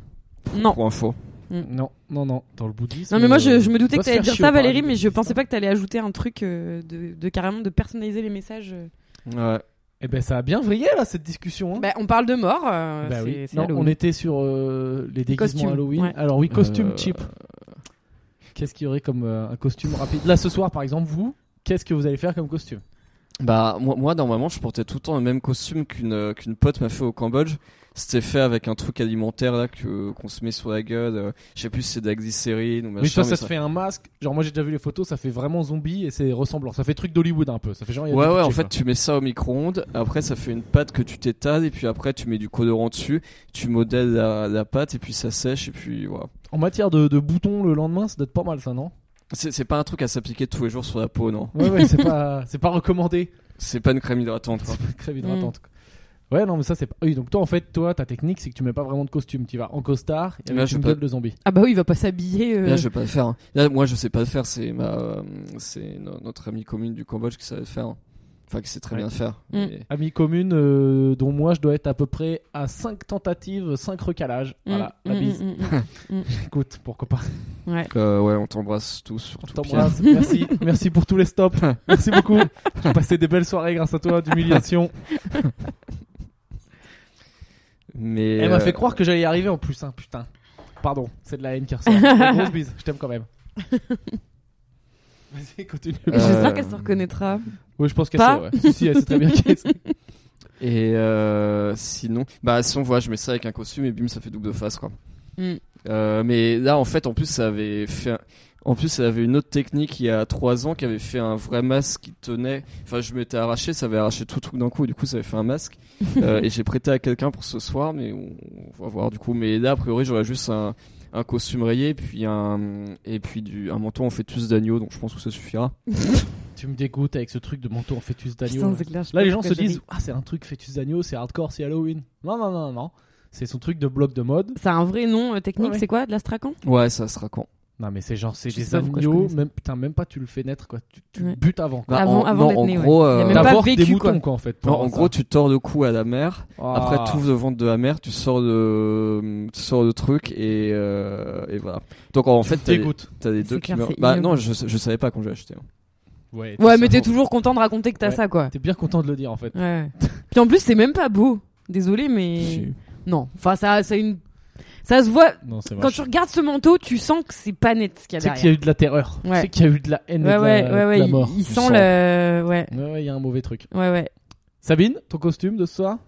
S2: Non.
S3: Pour info.
S1: Non, non, non, dans le bouddhisme.
S2: Non, mais moi,
S1: euh,
S2: je, je me doutais
S1: dois
S2: que t'allais
S1: se faire
S2: dire
S1: chier
S2: ça,
S1: au paradis,
S2: Valérie, mais je
S1: putain.
S2: pensais pas que t'allais ajouter un truc euh, de, de carrément de personnaliser les messages. euh.
S3: Ouais.
S1: Eh ben, ça a bien vrillé, là, cette discussion. hein.
S2: Bah, on parle de mort. euh,
S1: Bah
S2: c'est-
S1: oui.
S2: c'est
S1: Non,
S2: Halloween.
S1: on était sur euh, les déguisements
S2: Costume,
S1: Halloween.
S2: ouais.
S1: Alors, oui, costume
S3: Euh,
S1: cheap. Qu'est-ce qu'il y aurait comme euh, un costume rapide Là, ce soir, par exemple, vous, qu'est-ce que vous allez faire comme costume
S3: Bah moi, moi normalement je portais tout le temps le même costume qu'une euh, qu'une pote m'a fait au Cambodge. C'était fait avec un truc alimentaire là que qu'on se met sur la gueule. euh, je sais plus si c'est de la glycérine ou machin.
S1: Mais toi, ça
S3: mais
S1: te fait un masque. Genre, moi, j'ai déjà vu les photos, ça fait vraiment zombie et c'est ressemblant. Ça fait truc d'Hollywood un peu. Ça fait genre. il y a
S3: Ouais
S1: du hein.
S3: ouais
S1: budget,
S3: en fait
S1: quoi.
S3: tu mets ça au micro-ondes. Après ça fait une pâte que tu t'étales et puis après tu mets du colorant dessus. Tu modèles la, la pâte et puis ça sèche et puis voilà.
S1: En matière de, de boutons le lendemain, ça doit être pas mal, ça, non
S3: C'est c'est pas un truc à s'appliquer tous les jours sur la peau non.
S1: Ouais, ouais, c'est pas, c'est pas recommandé.
S3: C'est pas une crème hydratante. Quoi.
S1: C'est pas crève hydratante. quoi. Ouais, non, mais ça, c'est pas. Oui, donc toi, en fait, toi, ta technique, c'est que tu mets pas vraiment de costume. Tu vas en costard et
S3: Là,
S1: avec
S3: je
S1: une
S3: peux-
S1: gueule de zombie.
S2: Ah, bah oui, il va pas s'habiller. euh.
S3: Là, je vais pas le faire. hein. Là, moi, je sais pas le faire. C'est ma, euh, c'est no- notre amie commune du Cambodge qui savait le faire. hein. Enfin, qui sait très
S1: Ouais.
S3: bien le faire.
S2: Mm.
S3: mais-
S1: Amis commune, euh, dont moi, je dois être à peu près à 5 tentatives, 5 recalages.
S2: Mm,
S1: voilà,
S2: mm,
S1: la bise.
S2: mm, mm,
S1: Écoute, pourquoi pas.
S2: mm.
S1: <laughs>
S2: Ouais.
S3: Euh, ouais, on t'embrasse tous.
S1: On
S3: Surtout Pierre.
S1: t'embrasse. Merci, merci pour tous les stops.
S3: <laughs>
S1: Merci beaucoup. J'ai passé des belles soirées grâce à toi, d'humiliation.
S3: Mais
S1: Elle m'a
S3: euh,
S1: fait croire que j'allais y arriver en plus, hein, putain. Pardon, c'est de la haine qui
S3: <laughs>
S1: ressort. Mais grosse bise, je t'aime quand même. Vas-y, continue.
S3: Euh,
S2: J'espère qu'elle se reconnaîtra.
S1: Ouais, je pense qu'elle sait,
S2: Pas
S1: ouais. Si, si, elle sait très bien qui est.
S3: Et euh, sinon, bah si on voit, je mets ça avec un costume et bim, ça fait double face quoi.
S2: Mm.
S3: Euh, mais là, en fait, en plus, ça avait fait. un- En plus, ça avait une autre technique il y a trois ans qui avait fait un vrai masque qui tenait. Enfin, je m'étais arraché, ça avait arraché tout le truc d'un coup, et du coup, ça avait fait
S1: <laughs>
S3: un masque. Euh, et j'ai prêté à quelqu'un pour ce soir, mais on, on va voir du coup. Mais là, a priori, j'aurais juste un, un costume rayé, puis un, et puis du, un menton en fœtus d'agneau, donc je pense que ça suffira.
S1: <laughs> Tu me dégoûtes avec ce truc de manteau en fœtus d'agneau.
S2: Putain,
S1: là.
S2: c'est clair, je sais
S1: Là,
S2: pas
S1: les gens se
S2: pourquoi j'ai
S1: disent Ah, c'est un truc fœtus d'agneau, c'est hardcore, c'est Halloween. Non, non, non, non. C'est son truc de bloc de mode.
S2: ri. Ça a un vrai nom euh, technique,
S1: Ouais, ouais.
S2: c'est quoi De l'astracan
S3: Ouais, ça sera quand
S1: Non, mais c'est genre, c'est
S2: Je sais
S1: des
S2: pas pourquoi je
S1: agneaux,
S2: connais ça.
S1: même, putain, même pas tu le fais naître, quoi. Tu, tu
S2: Ouais.
S1: le butes avant, quoi.
S3: Bah,
S2: Avant-
S3: en,
S2: avant
S3: non,
S2: d'être
S3: en
S2: né, ouais.
S3: gros, euh,
S2: Il y a même pas
S1: T'abordes des
S2: vécu,
S1: moutons,
S2: quoi.
S1: quoi, en fait. pour
S3: non, en
S1: avoir
S3: gros,
S1: ça.
S3: tu tords le cou à la mer, après
S1: Ah.
S3: tu ouvres le ventre de la mer, tu sors le, tu sors le truc, et, euh, et voilà. Donc en fait, t'as les,
S1: dégoûtes.
S3: t'as les
S2: C'est
S3: deux qui
S2: clair,
S3: meurent.
S2: c'est
S3: Bah
S2: ignoble.
S3: non, je, je savais pas quand j'ai acheté. hein.
S1: Ouais, ça,
S2: Ouais, mais t'es
S1: bon.
S2: toujours content de raconter que t'as
S1: Ouais.
S2: ça, quoi.
S1: T'es bien content de le dire, en fait.
S2: Ouais. Puis en plus, c'est même pas beau. Désolé, mais.
S3: Si.
S2: Non. Enfin, ça, ça, a une... ça se voit.
S1: Non, c'est
S2: Quand
S1: vrai.
S2: tu regardes ce manteau, tu sens que c'est pas net ce qu'il y a
S1: Tu sais qu'il y a
S2: derrière.
S1: eu de la terreur. Tu
S2: Ouais.
S1: sais qu'il y a eu de la haine et
S2: Ouais,
S1: de
S2: ouais,
S1: la-
S2: ouais,
S1: de
S2: ouais.
S1: la
S2: il-
S1: mort.
S2: Il,
S1: Tu
S2: sent
S1: sens.
S2: le. Ouais.
S1: Ouais, ouais, il y a un mauvais truc.
S2: Ouais, ouais.
S1: Sabine, ton costume de ce
S2: <laughs>
S1: soir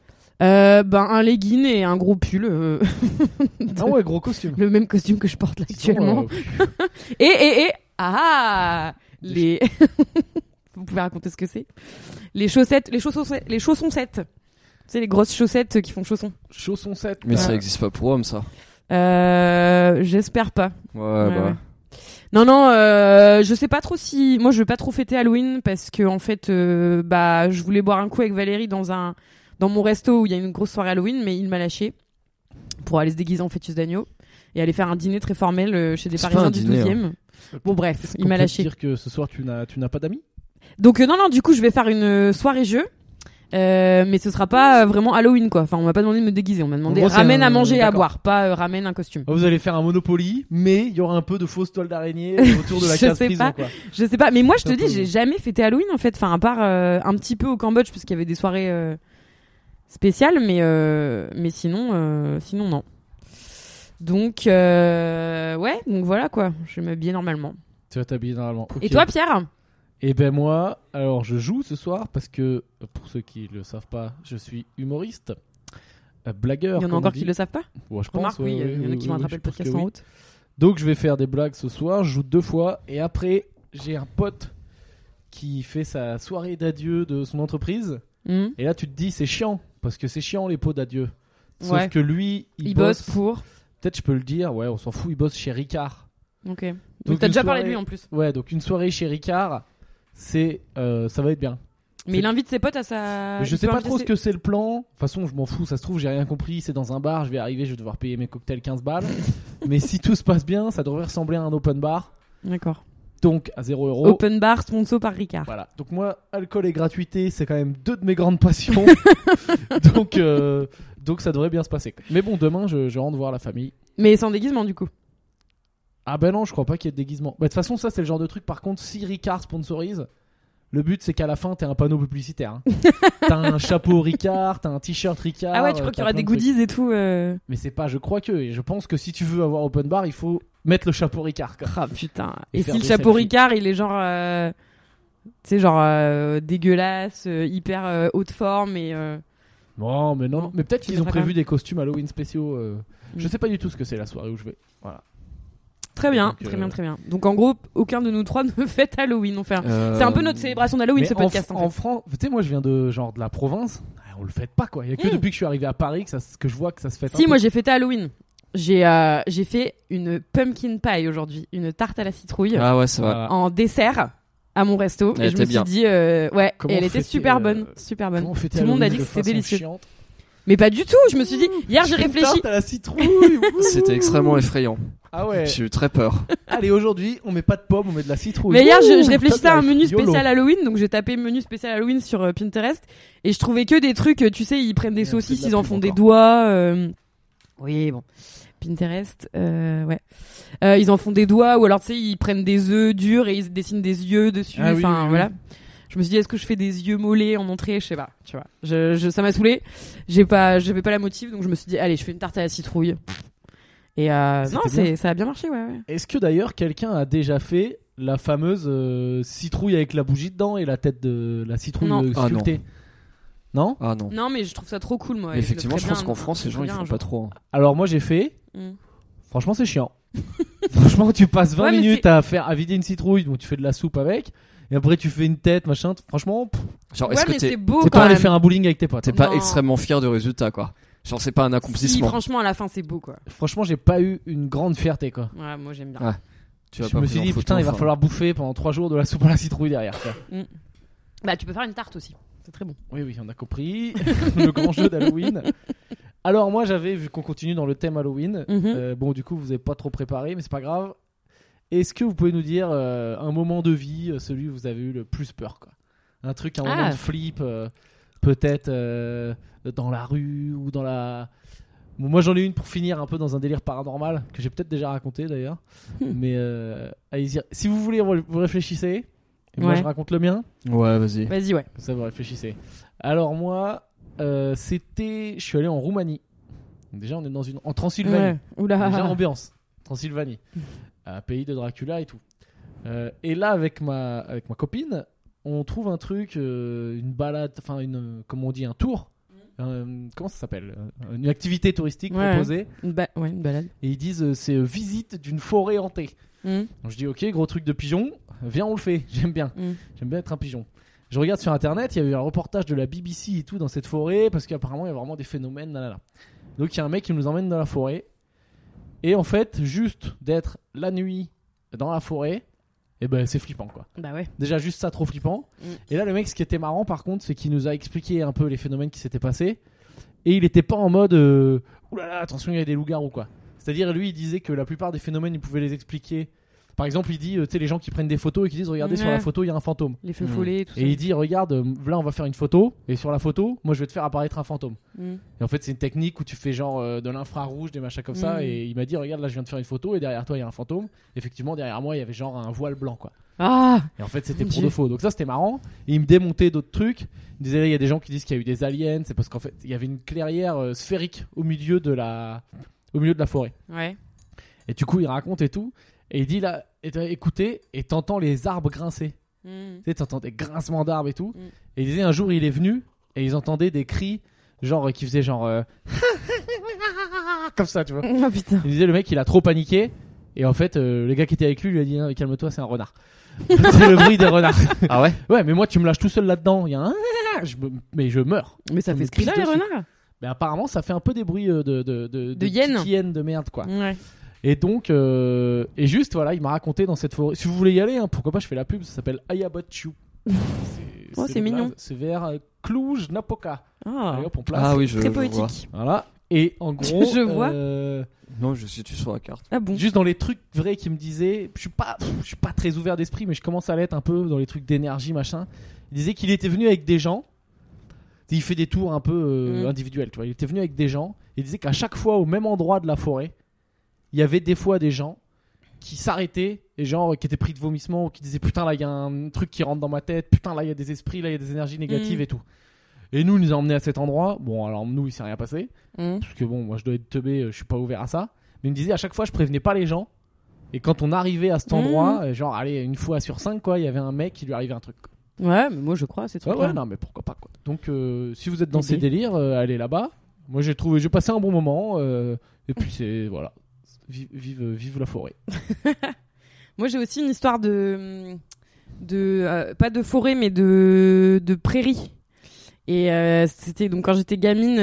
S2: Euh, ben, un legging et un gros pull. euh, <laughs>
S1: Ah ouais, gros costume.
S2: Le même costume que je porte là actuellement.
S1: Sinon, euh,
S2: Et, et, et, ah, ah,
S1: Des
S2: les. <laughs> Vous pouvez raconter ce que c'est Les chaussettes, les chaussons, les chaussons 7. C'est les grosses chaussettes qui font chaussons.
S1: chaussons 7.
S3: Mais ça existe pas pour hommes, ça.
S2: Euh, j'espère pas.
S3: Ouais,
S2: Ouais,
S3: bah.
S2: ouais. Non, non, euh, je sais pas trop si. Moi, je veux pas trop fêter Halloween parce que, en fait, euh, bah, je voulais boire un coup avec Valérie dans un, dans mon resto où il y a une grosse soirée Halloween, mais il m'a lâché pour aller se déguiser en fœtus d'agneau et aller faire un dîner très formel euh, chez des
S3: C'est pas
S2: Parisiens
S3: un
S2: du
S3: dîner, hein.
S2: 12e. Bon, bref, il m'a lâché.
S1: dire que ce soir, tu n'as tu n'as pas d'amis
S2: Donc euh, non, non, du coup, je vais faire une euh, soirée jeu. Euh, mais ce sera pas euh, vraiment Halloween quoi. Enfin, on m'a pas demandé de me déguiser, on m'a demandé
S1: gros, c'est
S2: ramène
S1: un-
S2: à manger et à
S1: d'accord.
S2: boire, pas euh, ramène un costume.
S1: Ah, Vous allez faire un Monopoly, mais il y aura un peu de fausse toile
S2: <laughs>
S1: d'araignée autour de la
S2: Je
S1: case
S2: sais
S1: prison,
S2: pas.
S1: quoi.
S2: Je sais pas, mais moi je te
S1: C'est un
S2: dis,
S1: peu-
S2: j'ai jamais fêté Halloween en fait. Enfin, à part euh, un petit peu au Cambodge puisqu'il y avait des soirées euh, spéciales, mais euh, mais sinon, euh, sinon non. Donc euh, ouais, donc voilà quoi. Je vais m'habiller normalement.
S1: Tu vas t'habiller normalement. Ok.
S2: Et toi, Pierre
S1: Eh ben moi, alors je joue ce soir parce que, pour ceux qui le savent pas, je suis humoriste, euh, blagueur.
S2: Il y en
S1: comme
S2: a
S1: on
S2: encore
S1: dit.
S2: qui le savent pas.
S1: Ouais, je pense,
S2: Remarque,
S1: ouais,
S2: oui,
S1: ouais,
S2: il y en a
S1: ouais,
S2: qui
S1: ouais,
S2: vont
S1: ouais,
S2: attraper le
S1: je pense
S2: podcast
S1: que
S2: en
S1: oui.
S2: route.
S1: Donc je vais faire des blagues ce soir, je joue deux fois et après j'ai un pote qui fait sa soirée d'adieu de son entreprise
S2: Hmm.
S1: et là tu te dis c'est chiant parce que c'est chiant les pots d'adieu. Sauf
S2: Ouais.
S1: que lui il,
S2: Il, bosse pour.
S1: peut-être je peux le dire, ouais, on s'en fout, il bosse chez Ricard.
S2: Ok.
S1: Donc
S2: Donc t'as
S1: une
S2: déjà parlé de
S1: soirée-
S2: lui en plus.
S1: Ouais, donc une soirée chez Ricard, c'est euh, ça va être bien.
S2: Mais il invite ses potes à sa.
S1: Mais je
S2: il
S1: sais
S2: peut
S1: pas
S2: inviter
S1: trop ce
S2: ses-
S1: que c'est le plan. De toute façon, je m'en fous, ça se trouve, j'ai rien compris. C'est dans un bar, je vais arriver, je vais devoir payer mes cocktails 15
S2: <laughs>
S1: balles. Mais si tout se passe bien, ça devrait ressembler à un open bar.
S2: D'accord.
S1: Donc à 0 euros.
S2: Open bar sponsor par Ricard.
S1: Voilà. Donc moi, alcool et gratuité, c'est quand même deux de mes grandes
S2: <laughs>
S1: passions. donc, euh, donc ça devrait bien se passer. Mais bon, demain, je, je rentre voir la famille.
S2: Mais sans déguisement du coup.
S1: Ah ben non, je crois pas qu'il y ait de déguisement. Bah, De toute façon, ça, c'est le genre de truc. Par contre, si Ricard sponsorise, le but, c'est qu'à la fin, t'aies un panneau publicitaire.
S2: <laughs>
S1: hein. t'as un chapeau Ricard, t'as un t-shirt Ricard.
S2: Ah ouais, tu
S1: euh,
S2: crois qu'il y
S1: t'as
S2: aura
S1: plein
S2: des
S1: de trucs.
S2: goodies et tout. euh.
S1: Mais c'est pas, je crois que, et je pense que si tu veux avoir open bar, il faut mettre le chapeau Ricard. quoi.
S2: Ah putain.
S1: Et
S2: Et,
S1: faire
S2: si le
S1: des
S2: chapeau
S1: selfies.
S2: Ricard, il est genre. euh, Tu sais, genre euh, dégueulasse, euh, hyper euh, haute forme et. euh,
S1: Non, mais non,
S2: Non,
S1: mais peut-être
S2: tu
S1: qu'ils ont
S2: mettras
S1: prévu des costumes Halloween spéciaux. euh, Je
S2: Mm.
S1: sais pas du tout ce que c'est la soirée où je vais. Voilà.
S2: Très bien,
S1: Donc,
S2: très
S1: euh,
S2: bien, très bien. Donc en gros, aucun de nous trois ne <laughs> fête Halloween. Enfin,
S3: Euh,
S2: c'est un peu notre célébration d'Halloween
S1: Mais
S2: ce podcast
S1: en,
S2: en, fait.
S1: France, tu sais, moi je viens de genre de la province, Ah, on le fête pas quoi. Il y a que
S2: Mm.
S1: depuis que je suis arrivé à Paris que, ça, se- que je vois que ça se fait.
S2: Si, moi j'ai fêté Halloween. J'ai euh, j'ai fait une pumpkin pie aujourd'hui, une tarte à la citrouille.
S3: Ah ouais, c'est vrai.
S2: en dessert à mon resto
S3: Elle
S2: et je me
S3: était bien.
S2: suis dit euh, ouais
S1: Comment
S2: et elle était
S1: fêter,
S2: super
S1: euh,
S2: bonne super bonne
S1: Tout
S2: tout le monde a dit que c'était délicieux
S1: Chiante.
S2: mais pas du tout je me suis dit hier j'ai
S1: Putain,
S2: réfléchi
S1: T'as la
S2: <laughs>
S1: citrouille.
S3: C'était extrêmement effrayant.
S1: ah ouais.
S3: J'ai eu très peur.
S1: Allez, aujourd'hui, on met pas de pommes, on met de la citrouille.
S2: mais hier je,
S1: Ouh,
S2: je réfléchissais
S1: top
S2: à un
S1: life,
S2: menu
S1: YOLO.
S2: spécial Halloween donc j'ai tapé menu spécial Halloween sur euh, Pinterest et je trouvais que des trucs euh, tu sais ils prennent des
S1: Et on fait de
S2: saucisses
S1: la
S2: ils en
S1: pub
S2: font des
S1: encore.
S2: doigts euh, oui bon Pinterest euh, ouais Euh, ils en font des doigts ou alors tu sais ils prennent des œufs durs et ils dessinent des yeux dessus
S1: Ah oui,
S2: enfin
S1: oui, oui.
S2: voilà Je me suis dit, est-ce que je fais des yeux mollets en entrée Je sais pas, tu vois. Je, je- ça m'a saoulé. J'ai pas, j'avais pas la motive, donc je me suis dit, allez, je fais une tarte à la citrouille. Et euh,
S1: C'était
S2: non,
S1: bien.
S2: c'est, ça a bien marché, ouais. ouais.
S1: Est-ce que d'ailleurs quelqu'un a déjà fait la fameuse euh, citrouille avec la bougie dedans et la tête de la citrouille
S2: Non.
S1: euh,
S3: Ah, non.
S1: sculptée Non
S3: Ah non.
S2: Non, mais je trouve ça trop cool, moi.
S3: Mais
S2: et le
S3: effectivement,
S2: ferais
S3: je pense
S2: bien
S3: qu'en
S2: un-
S3: France, les
S2: je
S3: gens
S2: le
S3: ils
S2: ferais
S3: font
S2: bien
S3: pas trop. hein.
S1: Alors moi j'ai fait.
S2: un jour. Mm.
S1: Franchement c'est
S2: <laughs>
S1: chiant. Franchement tu passes 20
S2: Ouais, mais
S1: minutes
S2: c'est-
S1: à faire à vider une citrouille donc tu fais de la soupe avec et après tu fais une tête machin. Franchement pff,
S3: Genre,
S2: Ouais,
S3: est-ce
S2: mais
S3: que t'es
S2: c'est beau
S1: t'es
S2: quand
S1: pas allé
S2: même.
S1: faire un bowling avec tes potes.
S3: t'es pas
S2: Non.
S3: extrêmement fier du résultat quoi Genre, c'est pas un
S2: Si,
S3: accomplissement.
S2: franchement, à la fin, c'est beau, quoi.
S1: hein. Franchement, j'ai pas eu une grande fierté quoi.
S2: Ouais, moi, j'aime bien.
S3: Ah. tu vas
S1: je
S3: pas
S1: me
S3: plus
S1: suis
S3: en
S1: dit,
S3: photo,
S1: putain, il va
S3: enfin.
S1: falloir bouffer pendant 3 jours de la soupe à la citrouille derrière. quoi.
S2: Bah, tu peux faire une tarte aussi. C'est très bon.
S1: Oui, oui, on a compris. <laughs> le grand jeu d'Halloween. Alors, moi, j'avais, vu qu'on continue dans le thème Halloween,
S2: Mhm.
S1: euh, bon, du coup, vous n'avez pas trop préparé, mais c'est pas grave. Est-ce que vous pouvez nous dire euh, un moment de vie, euh, celui où vous avez eu le plus peur quoi Un truc, un
S2: Ah.
S1: moment de flip, euh, peut-être euh, dans la rue ou dans la. Bon, moi, j'en ai une pour finir un peu dans un délire paranormal que j'ai peut-être déjà raconté d'ailleurs.
S2: Hmm.
S1: mais euh, allez-y. Si vous voulez, vous réfléchissez. Et Moi,
S2: Ouais.
S1: je raconte le mien.
S3: Ouais, vas-y.
S2: Vas-y, ouais.
S1: Comme ça, vous réfléchissez. Alors, moi, euh, c'était. Je suis allé en Roumanie. Donc Déjà, on est dans une. En Transylvanie.
S2: Ouais. Oula. <laughs>
S1: Déjà, ambiance. Transylvanie. Un pays de Dracula et tout. Euh, et là, avec ma, avec ma copine, on trouve un truc, euh, une balade, enfin, une, euh, comment on dit, un tour. Euh, comment ça s'appelle Euh, Une activité touristique
S2: Ouais.
S1: proposée.
S2: Une ba- Ouais, une balade.
S1: Et ils disent, euh, c'est euh, visite d'une forêt hantée.
S2: Mhm.
S1: Donc je dis ok, gros truc de pigeon, viens on le fait, <laughs> j'aime bien.
S2: Mm.
S1: J'aime bien être un pigeon. Je regarde sur internet, il y a eu un reportage de la BBC et tout dans cette forêt, parce qu'apparemment il y a vraiment des phénomènes, nanana. Donc il y a un mec qui nous emmène dans la forêt, et en fait, juste d'être la nuit dans la forêt, eh ben c'est flippant quoi.
S2: Bah ouais.
S1: Déjà juste ça trop flippant.
S2: Mm.
S1: Et là le mec ce qui était marrant par contre c'est qu'il nous a expliqué un peu les phénomènes qui s'étaient passés et il était pas en mode euh, oulala là là, attention il y a des loups-garous quoi. C'est-à-dire lui il disait que la plupart des phénomènes il pouvait les expliquer. Par exemple il dit euh, tu sais les gens qui prennent des photos et qui disent regardez sur
S2: Ouais.
S1: la photo il y a un fantôme.
S2: Les feux
S3: Mhm.
S2: follets et tout ça.
S1: Et il dit regarde euh, là on va faire une photo et sur la photo moi je vais te faire apparaître un fantôme.
S2: Mhm.
S1: Et en fait c'est une technique où tu fais genre euh, de l'infrarouge des machins comme ça
S2: Mm.
S1: et il m'a dit regarde là je viens de faire une photo et derrière toi il y a un fantôme. Effectivement derrière moi il y avait genre un voile blanc quoi.
S2: Ah
S1: Et en fait, c'était
S2: Mon
S1: pour de
S2: Dieu.
S1: faux. Donc ça, c'était marrant. Et il me démontait d'autres trucs. Il me disait, là, il y a des gens qui disent qu'il y a eu des aliens. C'est parce qu'en fait, il y avait une clairière euh, sphérique au milieu de la, au milieu de la forêt.
S2: Ouais.
S1: Et du coup, il raconte et tout. Et il dit là, et t'as- écoutez, et t'entends les arbres grincer.
S2: Mhm.
S1: Tu sais, t'entends des grincements d'arbres et tout.
S2: Mm.
S1: Et il disait, un jour, il est venu et ils entendaient des cris, genre, euh, qui faisaient genre, euh, <laughs> comme ça, tu vois.
S2: <laughs> Oh putain.
S1: Il disait le mec il a trop paniqué et en fait euh, le gars qui était avec lui lui a dit Non, calme-toi c'est un renard.
S3: <laughs>
S1: c'est le bruit des renards.
S3: Ah ouais
S1: Ouais mais moi tu me lâches tout seul là-dedans, il y a un je me- mais je meurs.
S2: Mais ça
S1: Ça
S2: fait
S1: me
S2: ce cri-là,
S1: pisse
S2: les
S1: dessus.
S2: renards
S1: Mais apparemment ça fait un peu des bruits euh, de de de,
S2: De hyène. Mm.
S1: petites hyènes de merde quoi.
S2: Ouais.
S1: Et donc euh, et juste voilà, il m'a raconté dans cette forêt. Si vous voulez y aller hein, pourquoi pas je fais la pub, ça s'appelle
S2: <laughs>
S1: Ayabachu. C'est
S2: Oh, c'est mignon.
S1: C'est vers euh, Cluj Napoca.
S2: Ah.
S1: Allez, hop, on place.
S3: Ah oui, je.
S2: Très
S3: je vois.
S2: poétique.
S1: Voilà. Et
S2: <laughs>
S1: en gros,
S2: Je vois.
S1: euh,
S3: Non, je situe sur la carte.
S2: Ah bon
S1: Juste dans les trucs vrais qui me disaient, je suis pas, je suis pas très ouvert d'esprit, mais je commence à l'être un peu dans les trucs d'énergie machin. Il disait qu'il était venu avec des gens. Il fait des tours un peu euh,
S2: Mm.
S1: individuels, tu vois. Il était venu avec des gens. Il disait qu'à chaque fois au même endroit de la forêt, il y avait des fois des gens qui s'arrêtaient et genre qui étaient pris de vomissements ou qui disaient putain là il y a un truc qui rentre dans ma tête, putain là il y a des esprits, là il y a des énergies négatives
S2: Mm.
S1: et tout. Et nous, il nous a emmenés à cet endroit. Bon, alors nous, il s'est rien passé
S2: Mhm.
S1: parce que bon, moi je dois être teubé, euh, je suis pas ouvert à ça. Mais il me disait à chaque fois, je prévenais pas les gens. Et quand on arrivait à cet
S2: Mmh.
S1: endroit, euh, genre, allez, une fois sur cinq, quoi, il y avait un mec qui lui arrivait un truc. quoi.
S2: Ouais, mais moi, je crois, c'est
S1: Ouais,
S2: trop
S1: ouais, non, mais pourquoi pas, quoi. Donc, euh, si vous êtes dans
S2: Idée.
S1: ces délires, euh, allez là-bas. Moi, j'ai trouvé, j'ai passé un bon moment. euh, et
S2: Mmh.
S1: puis, c'est, voilà. Vive, vive, euh, vive la forêt.
S2: Moi, j'ai aussi une histoire de. de euh, pas de forêt, mais de, de prairie. Et euh, c'était donc quand j'étais gamine,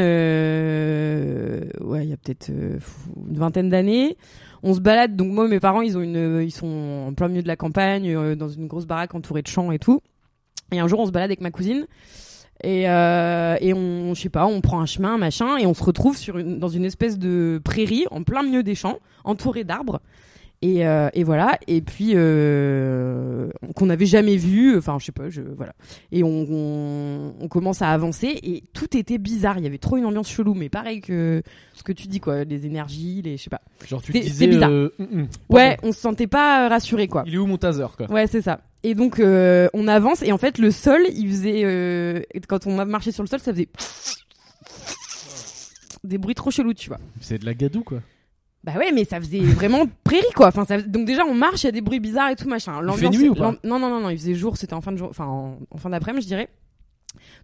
S2: euh, ouais, il y a peut-être euh, une vingtaine d'années. On se balade, donc moi, mes parents, ils, ont une, ils sont en plein milieu de la campagne, euh, dans une grosse baraque entourée de champs et tout. Et un jour, on se balade avec ma cousine. Et, euh, et on, je sais pas, on prend un chemin, machin, et on se retrouve sur une, dans une espèce de prairie, en plein milieu des champs, entourée d'arbres. Et, euh, et voilà. Et puis euh, qu'on n'avait jamais vu. Enfin, je sais pas. Je voilà. Et on, on, on commence à avancer et tout était bizarre. Il y avait trop une ambiance chelou. Mais pareil que ce que tu dis quoi, les énergies, les je sais pas.
S1: Genre, tu te
S2: C'était-
S1: disais.
S2: c'était bizarre.
S1: euh, hum, hum, pas
S2: Ouais,
S1: bon.
S2: on se sentait pas rassuré quoi.
S1: Il est où mon taser, quoi
S2: Ouais, c'est ça. Et donc euh, on avance et en fait le sol, il faisait euh, quand on marchait sur le sol, ça faisait des bruits trop chelous, tu vois.
S1: C'est de la gadoue, quoi.
S2: Bah ouais, mais ça faisait vraiment prairie quoi. Enfin, ça- donc déjà on marche, il y a des bruits bizarres et tout machin. L'ambiance-
S1: nuit ou pas
S2: l'am- Non non non non, il faisait jour, c'était en fin de jour, enfin en, en fin d'après-midi, je dirais.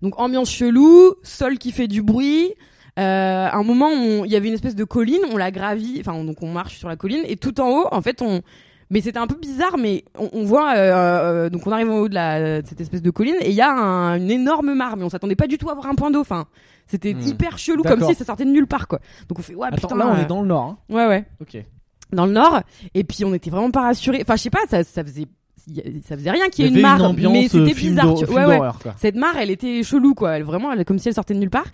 S2: Donc ambiance chelou, sol qui fait du bruit. Euh, à un moment, on- il y avait une espèce de colline, on la gravit, enfin on- donc on marche sur la colline et tout en haut, en fait on Mais c'était un peu bizarre, mais on, on voit, euh, euh, donc on arrive en haut de, la, de cette espèce de colline et il y a un- une énorme mare, mais on s'attendait pas du tout à voir un point d'eau. Enfin, c'était
S3: Hmm.
S2: hyper chelou,
S1: D'accord.
S2: comme si ça sortait de nulle part, quoi. Donc on fait, ouais,
S1: Attends,
S2: putain,
S1: là on
S2: euh,
S1: est dans le nord. hein.
S2: Ouais, ouais
S1: Ok.
S2: dans le nord et puis on était vraiment pas rassurés enfin je sais pas ça, ça faisait ça faisait rien qu'il y ait
S1: avait
S2: une mare
S1: ambiance
S2: mais c'était
S1: euh, film
S2: bizarre
S1: d'hor-
S2: tu-
S1: film
S2: ouais, ouais.
S1: d'horreur, quoi.
S2: cette mare elle était chelou quoi elle vraiment elle, comme si elle sortait de nulle part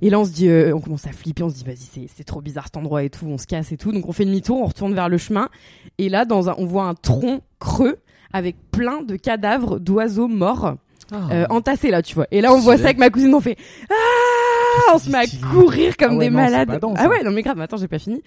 S2: et là on se dit euh, on commence à flipper on se dit vas-y c'est, c'est trop bizarre cet endroit et tout on se casse et tout donc on fait demi-tour on retourne vers le chemin et là dans un, on voit un tronc creux avec plein de cadavres d'oiseaux morts euh,
S1: Ah.
S2: entassés là tu vois et là on voit
S3: Stylé.
S2: ça avec ma cousine on fait ah on se met à
S1: Stylé.
S2: courir comme
S1: Ah ouais,
S2: des
S1: non, c'est
S2: malades
S1: pas dans, ça.
S2: ah ouais non mais grave mais attends j'ai pas fini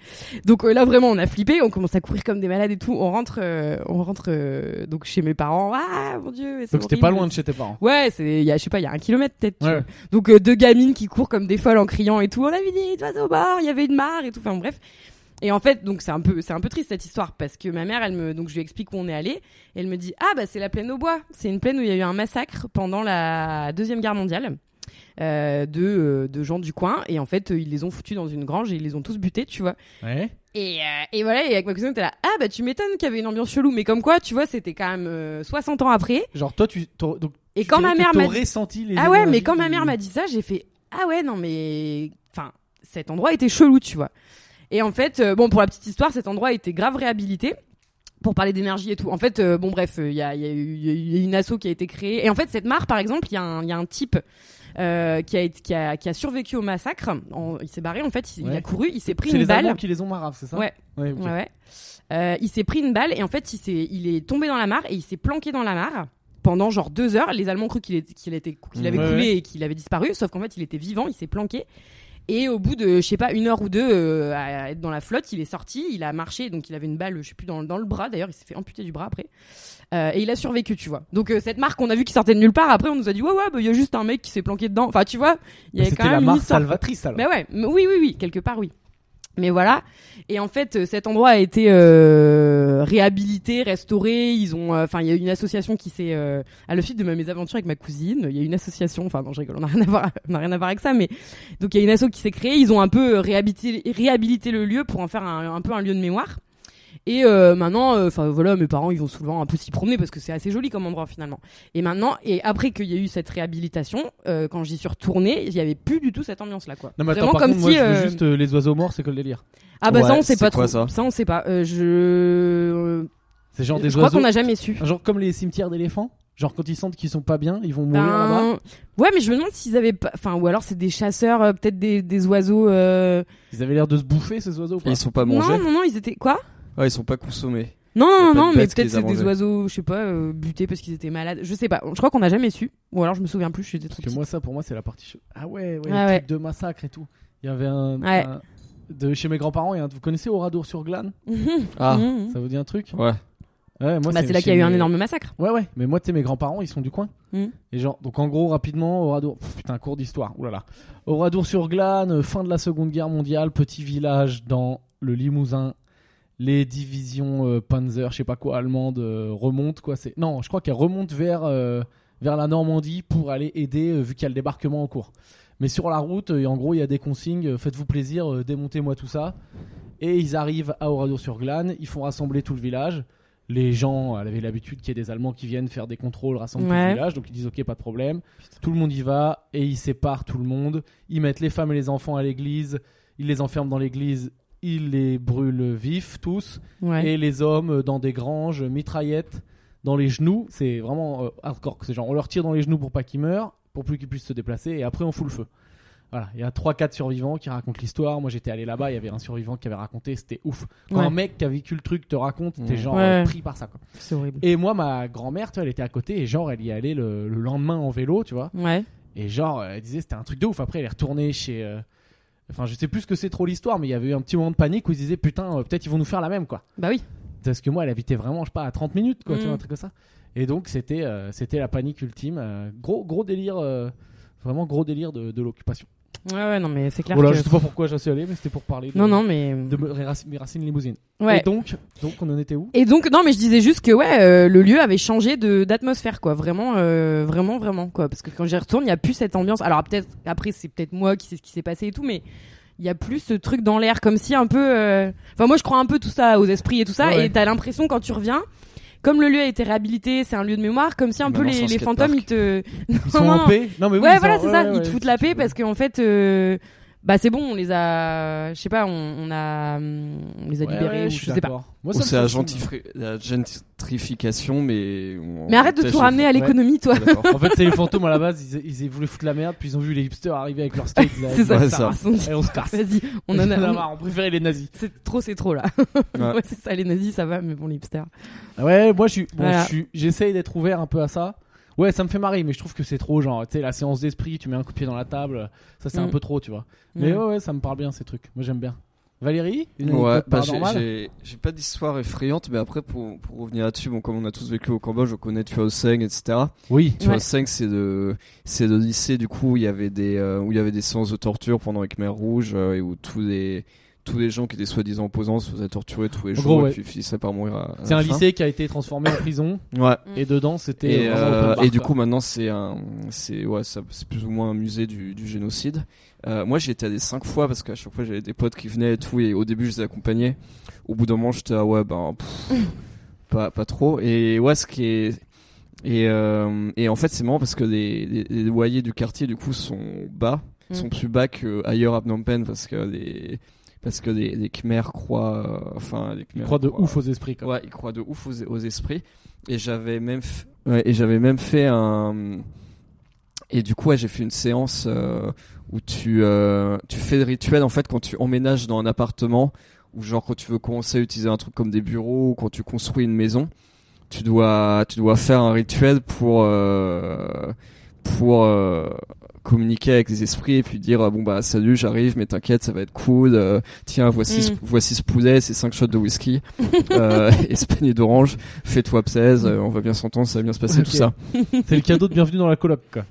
S2: donc euh, là vraiment on a flippé, on commence à courir comme des malades et tout. On rentre, euh, on rentre euh, donc chez mes parents. Ah mon dieu. mais c'est
S1: Donc c'était
S2: horrible.
S1: pas loin de chez tes parents.
S2: Ouais, c'est, il y a, je sais pas, il y a un kilomètre peut-être. tu
S1: Ouais.
S2: vois. Donc euh, deux gamines qui courent comme des folles en criant et tout. On avait dit, vas au bord, il y avait une mare et tout. Enfin bref. Et en fait, donc c'est un peu, c'est un peu triste cette histoire parce que ma mère, elle me, donc je lui explique où on est allé. Elle me dit, ah bah c'est la plaine au bois. C'est une plaine où il y a eu un massacre pendant la deuxième guerre mondiale. euh, de, euh, de gens du coin et en fait euh, ils les ont foutus dans une grange et ils les ont tous butés tu vois
S1: Ouais.
S2: et, euh, et voilà, et avec ma cousine, t'es là, ah bah tu m'étonnes qu'il y avait une ambiance chelou, mais comme quoi, tu vois, c'était quand même euh, 60 ans après.
S1: Genre toi tu t'aurais- donc
S2: Et
S1: tu
S2: quand
S1: dirais
S2: ma
S1: que
S2: mère m'a
S1: t'aurais senti les
S2: Ah ouais, mais
S1: énergies
S2: quand ma
S1: du-
S2: mère m'a dit ça, j'ai fait, ah ouais, non mais, enfin, cet endroit était chelou, tu vois. Et en fait, euh, bon, pour la petite histoire, cet endroit était grave réhabilité. Pour parler d'énergie et tout. En fait, euh, bon bref, il y a, il y a eu- il y a eu- il y a une asso qui a été créée. Et en fait, cette mare, par exemple, il y, a un- il y a un type euh, qui, a, été- qui, a, qui a survécu au massacre. En- il s'est barré, en fait, il, il
S1: Ouais.
S2: a couru, il s'est pris
S1: C'est
S2: une
S1: les
S2: balle.
S1: Allemands qui les ont maraves, c'est ça
S2: Ouais.
S1: Ouais, ok.
S2: Ouais, ouais. Euh, il s'est pris une balle et en fait, il, s'est- il est tombé dans la mare et il s'est planqué dans la mare pendant genre deux heures. Les Allemands ont cru qu'il est- qu'il était- qu'il avait
S1: Mmh. Ouais,
S2: coulé
S1: ouais.
S2: et qu'il avait disparu, sauf qu'en fait, il était vivant, il s'est planqué. Et au bout de, je sais pas, une heure ou deux euh, à être dans la flotte, il est sorti, il a marché, donc il avait une balle, je sais plus, dans, dans le bras. D'ailleurs, il s'est fait amputer du bras après. Euh, et il a survécu, tu vois. Donc euh, cette marque, on a vu qu'il sortait de nulle part. Après, on nous a dit, ouais, ouais, bah, il y a juste un mec qui s'est planqué dedans. Enfin, tu vois, il y
S1: Mais Bah,
S2: avait
S1: C'était
S2: quand
S1: la
S2: même une
S1: mare
S2: histoire.
S1: salvatrice alors.
S2: Mais ouais, mais oui, oui, oui, quelque part, oui. Mais voilà. Et en fait, euh, cet endroit a été euh, réhabilité, restauré. Ils ont, euh, enfin, il y a eu une association qui s'est, euh, à le suite de ma- mes aventures avec ma cousine, il y a eu une association. Enfin, non, je rigole, on n'a rien à voir, <laughs> on n'a rien à voir avec ça. Mais donc, il y a une asso qui s'est créée. Ils ont un peu euh, réhabilité, réhabilité le lieu pour en faire un, un peu un lieu de mémoire. Et euh, maintenant, euh, enfin voilà, mes parents ils vont souvent un peu s'y promener parce que c'est assez joli comme endroit finalement. Et maintenant, et après qu'il y a eu cette réhabilitation, euh, quand j'y suis retournée, il y avait plus du tout cette ambiance là quoi.
S1: Non mais attends,
S2: Vraiment
S1: par
S2: comme
S1: contre,
S2: si
S1: moi, je veux
S2: euh,
S1: juste euh, les oiseaux morts, c'est que le délire.
S2: ah bah ça
S3: Ouais,
S2: on sait
S3: c'est
S2: pas
S3: quoi,
S2: trop.
S3: ça
S2: on sait pas. Euh, je
S1: C'est genre des
S2: je crois
S1: oiseaux.
S2: qu'on n'a jamais su.
S1: Genre comme les cimetières d'éléphants. Genre quand ils sentent qu'ils sont pas bien, ils vont mourir là-bas.
S2: Ben... Ouais, mais je me demande s'ils avaient pas. Enfin, ou alors c'est des chasseurs, euh, peut-être des, des oiseaux. euh,
S1: Ils avaient l'air de se bouffer ces oiseaux.
S3: Et
S1: Quoi.
S3: ils sont pas mangés.
S2: Non, non, non, ils étaient quoi
S3: Ah, ils sont pas consommés.
S2: Non,
S3: Y a
S2: non,
S3: pas
S2: non,
S3: de
S2: mais
S3: bête qui
S2: peut-être
S3: les a
S2: c'est des
S3: mangés.
S2: oiseaux, je sais pas, euh, butés parce qu'ils étaient malades. Je sais pas. Je crois qu'on n'a jamais su. Ou alors je me souviens plus. J'étais
S1: Parce
S2: trop
S1: que
S2: petite.
S1: moi ça pour moi c'est la partie chaude. Ah ouais, ouais,
S2: Ah
S1: le
S2: ouais.
S1: truc de massacre et tout. Il y avait un,
S2: Ouais.
S1: un- de chez mes grands-parents, il y a un- vous connaissez Oradour sur Glane
S2: Mhm. <laughs>
S3: Ah.
S2: Mhm.
S1: Ça vous dit un truc
S3: Ouais.
S1: Ouais, moi
S2: Bah, c'est là
S1: chez
S2: qu'il y a eu un
S1: mes-
S2: énorme massacre.
S1: Ouais, ouais, mais moi, tu sais, mes grands-parents, ils sont du coin.
S2: Mm.
S1: Et genre, donc en gros, rapidement, Oradour. Pff, putain, cours d'histoire, oulala. Oradour-sur-Glane, euh, fin de la Seconde Guerre mondiale, petit village dans le Limousin. Les divisions euh, Panzer, je sais pas quoi, allemandes, euh, remontent, quoi. c'est Non, je crois qu'elles remontent vers, euh, vers la Normandie pour aller aider, euh, vu qu'il y a le débarquement en cours. Mais sur la route, euh, en gros, il y a des consignes, euh, faites-vous plaisir, euh, démontez-moi tout ça. Et ils arrivent à Oradour-sur-Glane, ils font rassembler tout le village les gens euh, avaient l'habitude qu'il y ait des Allemands qui viennent faire des contrôles, rassembler tout le
S2: Ouais.
S1: village, donc ils disent ok, pas de problème. Tout le monde y va et ils séparent tout le monde. Ils mettent les femmes et les enfants à l'église, ils les enferment dans l'église, ils les brûlent vifs tous,
S2: Ouais.
S1: et les hommes euh, dans des granges, euh, mitraillettes, dans les genoux. C'est vraiment euh, hardcore. C'est genre on leur tire dans les genoux pour pas qu'ils meurent, pour plus qu'ils puissent se déplacer, et après on fout le feu. Voilà, il y a 3-4 survivants qui racontent l'histoire. Moi j'étais allé là-bas, il y avait un survivant qui avait raconté, c'était ouf. Quand
S2: Ouais.
S1: un mec qui a vécu le truc te raconte,
S3: Ouais.
S1: t'es genre
S2: Ouais.
S1: euh, pris par ça. Quoi.
S2: C'est horrible.
S1: Et moi, ma grand-mère, tu vois, elle était à côté et genre, elle y allait le, le lendemain en vélo, tu vois.
S2: Ouais.
S1: Et genre, euh, elle disait c'était un truc de ouf. Après, elle est retournée chez. euh, Enfin, je sais plus ce que c'est trop l'histoire, mais il y avait eu un petit moment de panique où ils disaient putain, euh, peut-être ils vont nous faire la même, quoi.
S2: Bah oui.
S1: Parce que moi, elle habitait vraiment, je sais pas, à 30 minutes, quoi, tu
S2: Mm.
S1: vois, un truc comme ça. Et donc, c'était euh, c'était la panique ultime. euh, gros, gros délire. euh, Vraiment gros délire de, de l'occupation.
S2: Ouais, ouais, non, mais c'est clair.
S1: Voilà,
S2: que-
S1: Oh je sais pas pourquoi j'en suis allé, mais c'était pour parler de,
S2: Non, non, mais.
S1: de mes rac- mes racines limousines.
S2: Ouais.
S1: Et donc, donc, on en était où
S2: Et donc non mais je disais juste que ouais euh, le lieu avait changé de d'atmosphère quoi vraiment euh, vraiment vraiment quoi parce que quand j'y retourne il y a plus cette ambiance alors peut-être après c'est peut-être moi qui sais ce qui s'est passé et tout mais il y a plus ce truc dans l'air comme si un peu euh, enfin moi je crois un peu tout ça aux esprits et tout ça
S1: Ouais, ouais.
S2: et t'as l'impression quand tu reviens comme le lieu a été réhabilité, c'est un lieu de mémoire, comme si un
S1: Bah
S2: peu
S3: Maintenant, c'est
S2: les,
S3: un
S2: les fantômes ils
S3: skatepark.
S2: te non, <laughs>
S1: Ils sont
S2: non,
S1: en paix. Non, mais oui,
S2: ouais,
S1: ils
S2: voilà,
S1: sont-
S2: c'est ça.
S1: ouais,
S2: ils
S1: ouais,
S2: te foutent la paix parce qu'en fait, euh, bah c'est bon, on les a, je sais pas, on, on a, hum, on les a
S1: Ouais,
S2: libérés,
S1: ouais,
S2: ou
S1: je suis
S2: je sais pas.
S1: d'accord. Moi, ça
S3: Ou
S1: me
S3: c'est la,
S1: fascine.
S3: gentifri- la gentrification, mais. on-
S2: Mais arrête de
S3: peut-être
S2: tout
S3: je-
S2: ramener à l'économie, toi.
S3: Ah, d'accord.
S1: En fait, c'est les fantômes à la base, ils, ils, voulaient foutre la merde, puis ils ont vu les hipsters arriver avec leurs skates.
S3: <laughs>
S2: C'est ça.
S3: Ouais, ça.
S2: Ils se sont dit,
S1: Et on se casse.
S2: Vas-y, on
S3: <laughs>
S2: en a.
S1: marre, on préférait les nazis.
S2: C'est trop, c'est trop là.
S3: Ouais.
S2: <laughs> Ouais, c'est ça, les nazis, ça va, mais bon, les hipsters.
S1: Ah Ouais, moi, je suis, bon,
S2: Voilà.
S1: je suis, j'essaye d'être ouvert un peu à ça. Ouais, ça me fait marrer, mais je trouve que c'est trop genre, tu sais, la séance d'esprit, tu mets un coup de pied dans la table, ça c'est un
S2: Mm.
S1: peu trop, tu vois. Mais
S2: Ouais.
S1: ouais, ouais, ça me parle bien ces trucs. Moi, j'aime bien. Valérie, <laughs> une
S3: Ouais,
S1: anecdote
S3: bah, j'ai-
S1: paranormale
S3: j'ai j'ai pas d'histoire effrayante, mais après, pour, pour revenir là-dessus, bon, comme on a tous vécu au Cambodge, on connaît Thuao Seng, etc.
S1: Oui.
S3: Thuao
S2: Ouais.
S3: Seng, c'est de, c'est le lycée, du coup, où il y avait des, euh, où il y avait des séances de torture pendant les Khmer Rouges, euh, et où tous les, tous les gens qui étaient soi-disant opposants se faisaient torturer tous les
S1: En
S3: jours,
S1: gros,
S3: et
S1: ouais.
S3: puis finissaient par mourir à, à
S1: C'est
S3: la
S1: un
S3: Euh, fin.
S1: lycée qui a été transformé en prison,
S3: Ouais.
S1: et dedans, c'était.
S3: Et,
S1: vraiment
S3: euh,
S1: open bar,
S3: et du
S1: quoi.
S3: coup, maintenant, c'est un, c'est ouais, ça- c'est plus ou moins un musée du, du génocide. Euh, moi, j'y étais allé cinq fois parce qu'à chaque fois, j'avais des potes qui venaient et tout. Et au début, je les accompagnais. Au bout d'un moment, j'étais ah ouais, ben
S1: <laughs>
S3: pff, pas pas trop. Et ouais, ce qui est et, euh, et en fait, c'est marrant parce que les, les, les loyers du quartier, du coup, sont bas,
S2: Mm.
S3: sont plus bas qu'ailleurs à Phnom Penh parce que les parce que les, les Khmers croient, euh, enfin, les
S1: Ils
S3: Khmers
S1: croient de ouf aux esprits, quoi.
S3: Ouais, il croit de ouf aux, aux esprits. Et j'avais même, f- ouais, et j'avais même fait un. Et du coup, ouais, j'ai fait une séance euh, où tu, euh, tu fais le rituel en fait quand tu emménages dans un appartement ou genre quand tu veux commencer à utiliser un truc comme des bureaux ou quand tu construis une maison, tu dois, tu dois faire un rituel pour euh, pour euh, communiquer avec les esprits et puis dire ah bon bah salut j'arrive mais t'inquiète ça va être cool euh, tiens voici ce,
S2: Mm.
S3: voici ce poulet c'est cinq shots de whisky euh, <laughs> et ce panier d'orange fais-toi plaise euh, on va bien s'entendre ça va bien se passer
S1: Ok.
S3: tout ça
S1: C'est le cadeau de bienvenue dans la coloc, quoi.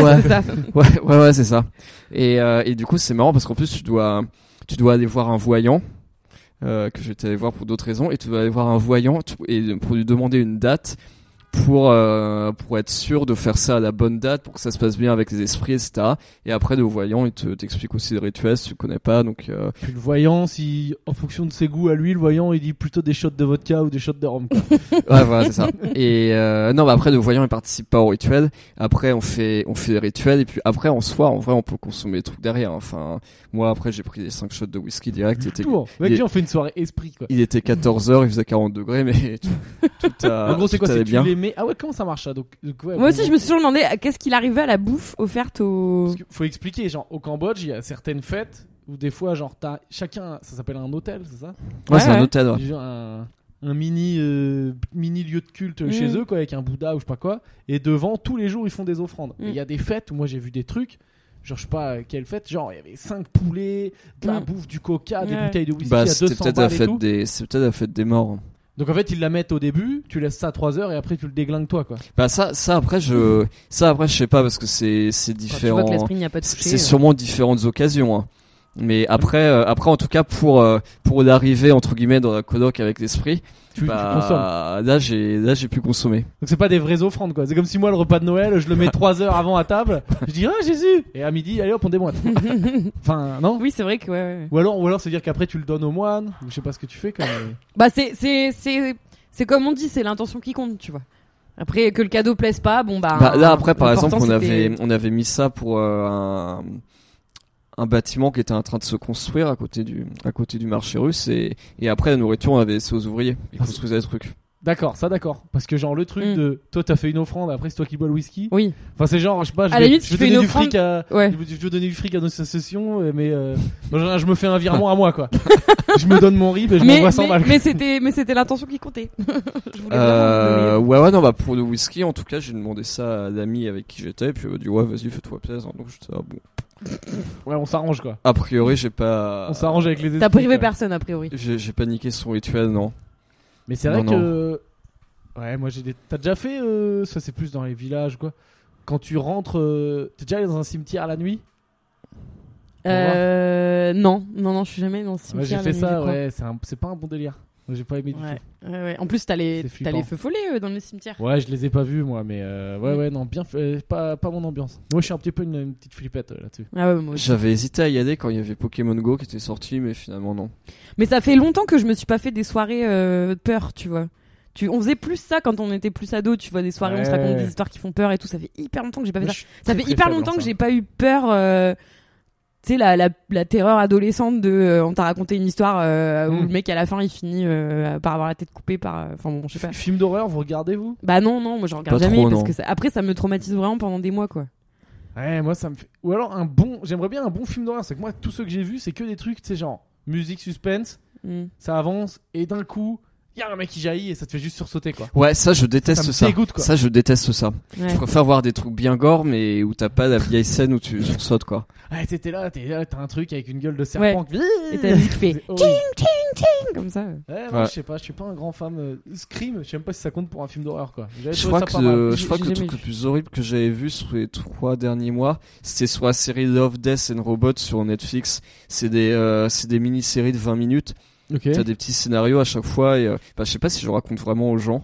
S3: Ouais. <laughs>
S2: <laughs> c'est ça.
S3: ouais ouais ouais c'est ça et euh, et du coup c'est marrant parce qu'en plus tu dois tu dois aller voir un voyant euh, que je vais aller voir pour d'autres raisons et tu dois aller voir un voyant tu- et pour lui demander une date pour euh, pour être sûr de faire ça à la bonne date pour que ça se passe bien avec les esprits etc et après le voyant il te t'explique aussi le rituel si tu connais pas donc euh,
S1: Puis le voyant, si en fonction de ses goûts à lui, le voyant il dit plutôt des shots de vodka ou des shots de rhum. quoi.
S3: ouais voilà c'est ça et euh, non mais après le voyant il participe pas au rituel après on fait on fait les rituels et puis après en soi en vrai on peut consommer des trucs derrière enfin moi après j'ai pris les 5 shots de whisky direct et t'es-
S1: Tout, hein. Mec,
S3: il-
S1: viens, on fait une soirée esprit quoi.
S3: Il était 14h, il faisait 40 degrés, mais tout, tout a,
S1: en gros, c'est
S3: tout
S1: quoi C'est
S3: allait
S1: tu
S3: bien.
S1: les mets- Ah ouais, comment ça marche ça donc, donc, ouais, bon,
S2: Moi aussi, je me suis toujours demandé euh, qu'est-ce qu'il arrivait à la bouffe offerte aux.
S1: parce que faut expliquer, genre au Cambodge, il y a certaines fêtes où des fois, genre, t'as chacun, ça s'appelle un hôtel, c'est ça
S3: Ouais, c'est
S2: Ouais,
S3: un hôtel. <laughs> ouais.
S1: Ils ont Un, un mini euh, mini lieu de culte
S2: Mm.
S1: chez eux, quoi, avec un Bouddha ou je sais pas quoi. Et devant, tous les jours, ils font des offrandes.
S2: Mm.
S1: Et Il y a des fêtes où moi j'ai vu des trucs. Genre, je sais pas euh, quelle fête, genre il y avait 5 poulets, de la
S2: Mm.
S1: bouffe, du coca, des
S2: Ouais.
S1: bouteilles de whisky à
S3: Bah,
S1: 200
S3: c'était peut-être la
S1: balles et
S3: fête
S1: tout.
S3: des, c'est peut-être la fête des morts.
S1: Donc en fait, ils la mettent au début, tu laisses ça 3 heures et après tu le déglingues toi quoi.
S3: Bah, ça, ça après, je, ça après, je sais pas parce que c'est, c'est
S2: Enfin, tu vois que
S3: différent.
S2: l'esprit n'y a pas touché. euh. hein.
S3: c'est sûrement différentes occasions, hein. Mais après, euh, après, en tout cas, pour, euh, pour l'arrivée, entre guillemets, dans la coloc avec l'esprit,
S1: Tu, tu consommes.
S3: bah, là, j'ai, là, j'ai pu consommer.
S1: Donc c'est pas des vraies offrandes quoi. C'est comme si moi le repas de Noël, je le mets 3 heures avant à table, je dis "Ah Jésus" et à midi, allez hop, on
S3: <laughs>
S1: démoite. enfin, non
S2: Oui, c'est vrai que ouais, ouais, ouais.
S1: Ou alors ou alors c'est dire qu'après tu le donnes aux moines, ou je sais pas ce que tu fais quand même.
S2: Bah c'est c'est c'est c'est comme on dit, c'est l'intention qui compte, tu vois. Après que le cadeau plaise pas, bon bah.
S3: Bah, là après par exemple
S2: l'important,
S3: on
S2: c'était-
S3: avait on avait mis ça pour euh, un un bâtiment qui était en train de se construire à côté du à côté du marché russe et et après la nourriture on avait laissé aux ouvriers ils
S1: Ah,
S3: construisaient le truc.
S1: D'accord, ça d'accord. Parce que genre le truc
S2: Mm.
S1: de toi t'as fait une offrande, après c'est toi qui bois le whisky.
S2: Oui,
S1: Enfin c'est genre je sais pas, je
S2: À
S1: vais,
S2: la limite,
S1: je
S2: tu
S1: vais
S2: fais
S1: donner
S2: une
S1: du fric à
S2: ouais.
S1: je vais- je vais donner du fric à nos associations euh, mais euh, en général, je me fais un virement à moi
S2: <laughs>
S1: quoi. je me donne mon rib et je
S2: Mais
S1: m'envoie 100
S2: mais,
S1: balles.
S2: mais c'était mais c'était l'intention qui comptait. <laughs> Je voulais vraiment
S3: Euh,
S2: vous
S3: ouais ouais non bah pour le whisky en tout cas j'ai demandé ça à l'ami avec qui j'étais puis il m'a dit ouais vas-y fais-toi plaisir donc j'étais ah, bon
S1: Ouais, on s'arrange quoi.
S3: a priori j'ai pas
S1: On s'arrange avec les
S2: donner.
S1: esprits.
S2: T'as privé
S1: quoi.
S2: personne a priori.
S3: j'ai j'ai paniqué son rituel non
S1: Mais c'est vrai
S3: Non,
S1: que. euh, Ouais, moi j'ai des. T'as déjà fait. euh, Ça, c'est plus dans les villages, quoi. Quand tu rentres. euh, T'es déjà allé dans un cimetière la nuit
S2: Euh, non non non, je suis jamais dans ce
S1: Ouais,
S2: cimetière.
S1: J'ai fait
S2: la nuit,
S1: ça,
S2: je crois.
S1: ouais. C'est un- c'est pas un bon délire. J'ai pas aimé du
S2: Ouais, ouais, ouais. En plus, t'as les,
S1: C'est
S2: t'as
S1: flippant.
S2: les feux follets euh, dans les cimetières.
S1: tout. Ouais, je les ai pas vus moi, mais euh,
S3: Mm.
S1: ouais, ouais, non, bien, euh, pas, pas mon ambiance. Moi, je suis un petit peu une, une petite flippette euh, là-dessus.
S2: Ah ouais, moi aussi.
S3: J'avais hésité à y aller quand il y avait Pokémon Go qui était sorti, mais finalement non.
S2: Mais ça fait longtemps que je me suis pas fait des soirées euh, peur, tu vois. Tu, on faisait plus ça quand on était plus ado, tu vois, des soirées où on se
S1: Ouais.
S2: raconte des histoires qui font peur et tout. Ça fait hyper longtemps que j'ai pas fait
S1: Moi,
S2: ça.
S1: je suis
S2: Ça
S1: très,
S2: fait
S1: très
S2: hyper
S1: faible en
S2: longtemps que
S1: ça.
S2: j'ai pas eu peur. euh, tu sais, la, la, la terreur adolescente de. euh, on t'a raconté une histoire euh, où
S1: Mm.
S2: le mec à la fin il finit euh, par avoir la tête coupée par. euh, Enfin bon, je
S1: <laughs>
S2: sais pas.
S1: Film d'horreur, vous regardez vous
S2: Bah non, non, moi je regarde
S3: Pas
S2: jamais
S3: trop,
S2: parce
S3: non.
S2: que ça- après ça me traumatise vraiment pendant des mois quoi.
S1: Ouais, moi ça me fait. Ou alors un bon. J'aimerais bien un bon film d'horreur. C'est que moi, tous ceux que j'ai vus, c'est que des trucs, tu sais, genre musique, suspense,
S2: Mm.
S1: ça avance, et d'un coup, il y a un mec qui jaillit et ça te fait juste sursauter quoi.
S3: Ouais, ça je déteste
S1: me
S3: ça.
S1: dégoûte, quoi.
S3: Ça je déteste ça.
S2: Ouais.
S3: Je préfère voir des trucs bien gore, mais où t'as pas la vieille scène où tu sursautes quoi.
S1: Ah, t'es t'es là, t'es là, t'as un truc avec une gueule de serpent. qui-
S2: Et t'as la musique qui fait
S1: <laughs> C'est horrible.
S2: comme ça. euh.
S1: Ouais, moi,
S3: Ouais.
S1: je sais pas, je suis pas un grand fan. euh, Scream, je sais même pas si ça compte pour un film d'horreur quoi. J'avais
S3: Je
S1: trouvé
S3: crois
S1: ça
S3: que
S1: pas mal.
S3: le,
S2: J'ai-
S3: je crois que
S2: j'ai
S3: le truc
S2: jamais
S3: le plus horrible que j'avais vu sur les trois derniers mois, c'était soit la série Love, Death and Robot sur Netflix. C'est des, euh, c'est des mini-séries de 20 minutes.
S1: Ok.
S3: T'as des petits scénarios à chaque fois et euh, bah, je sais pas si je raconte vraiment aux gens.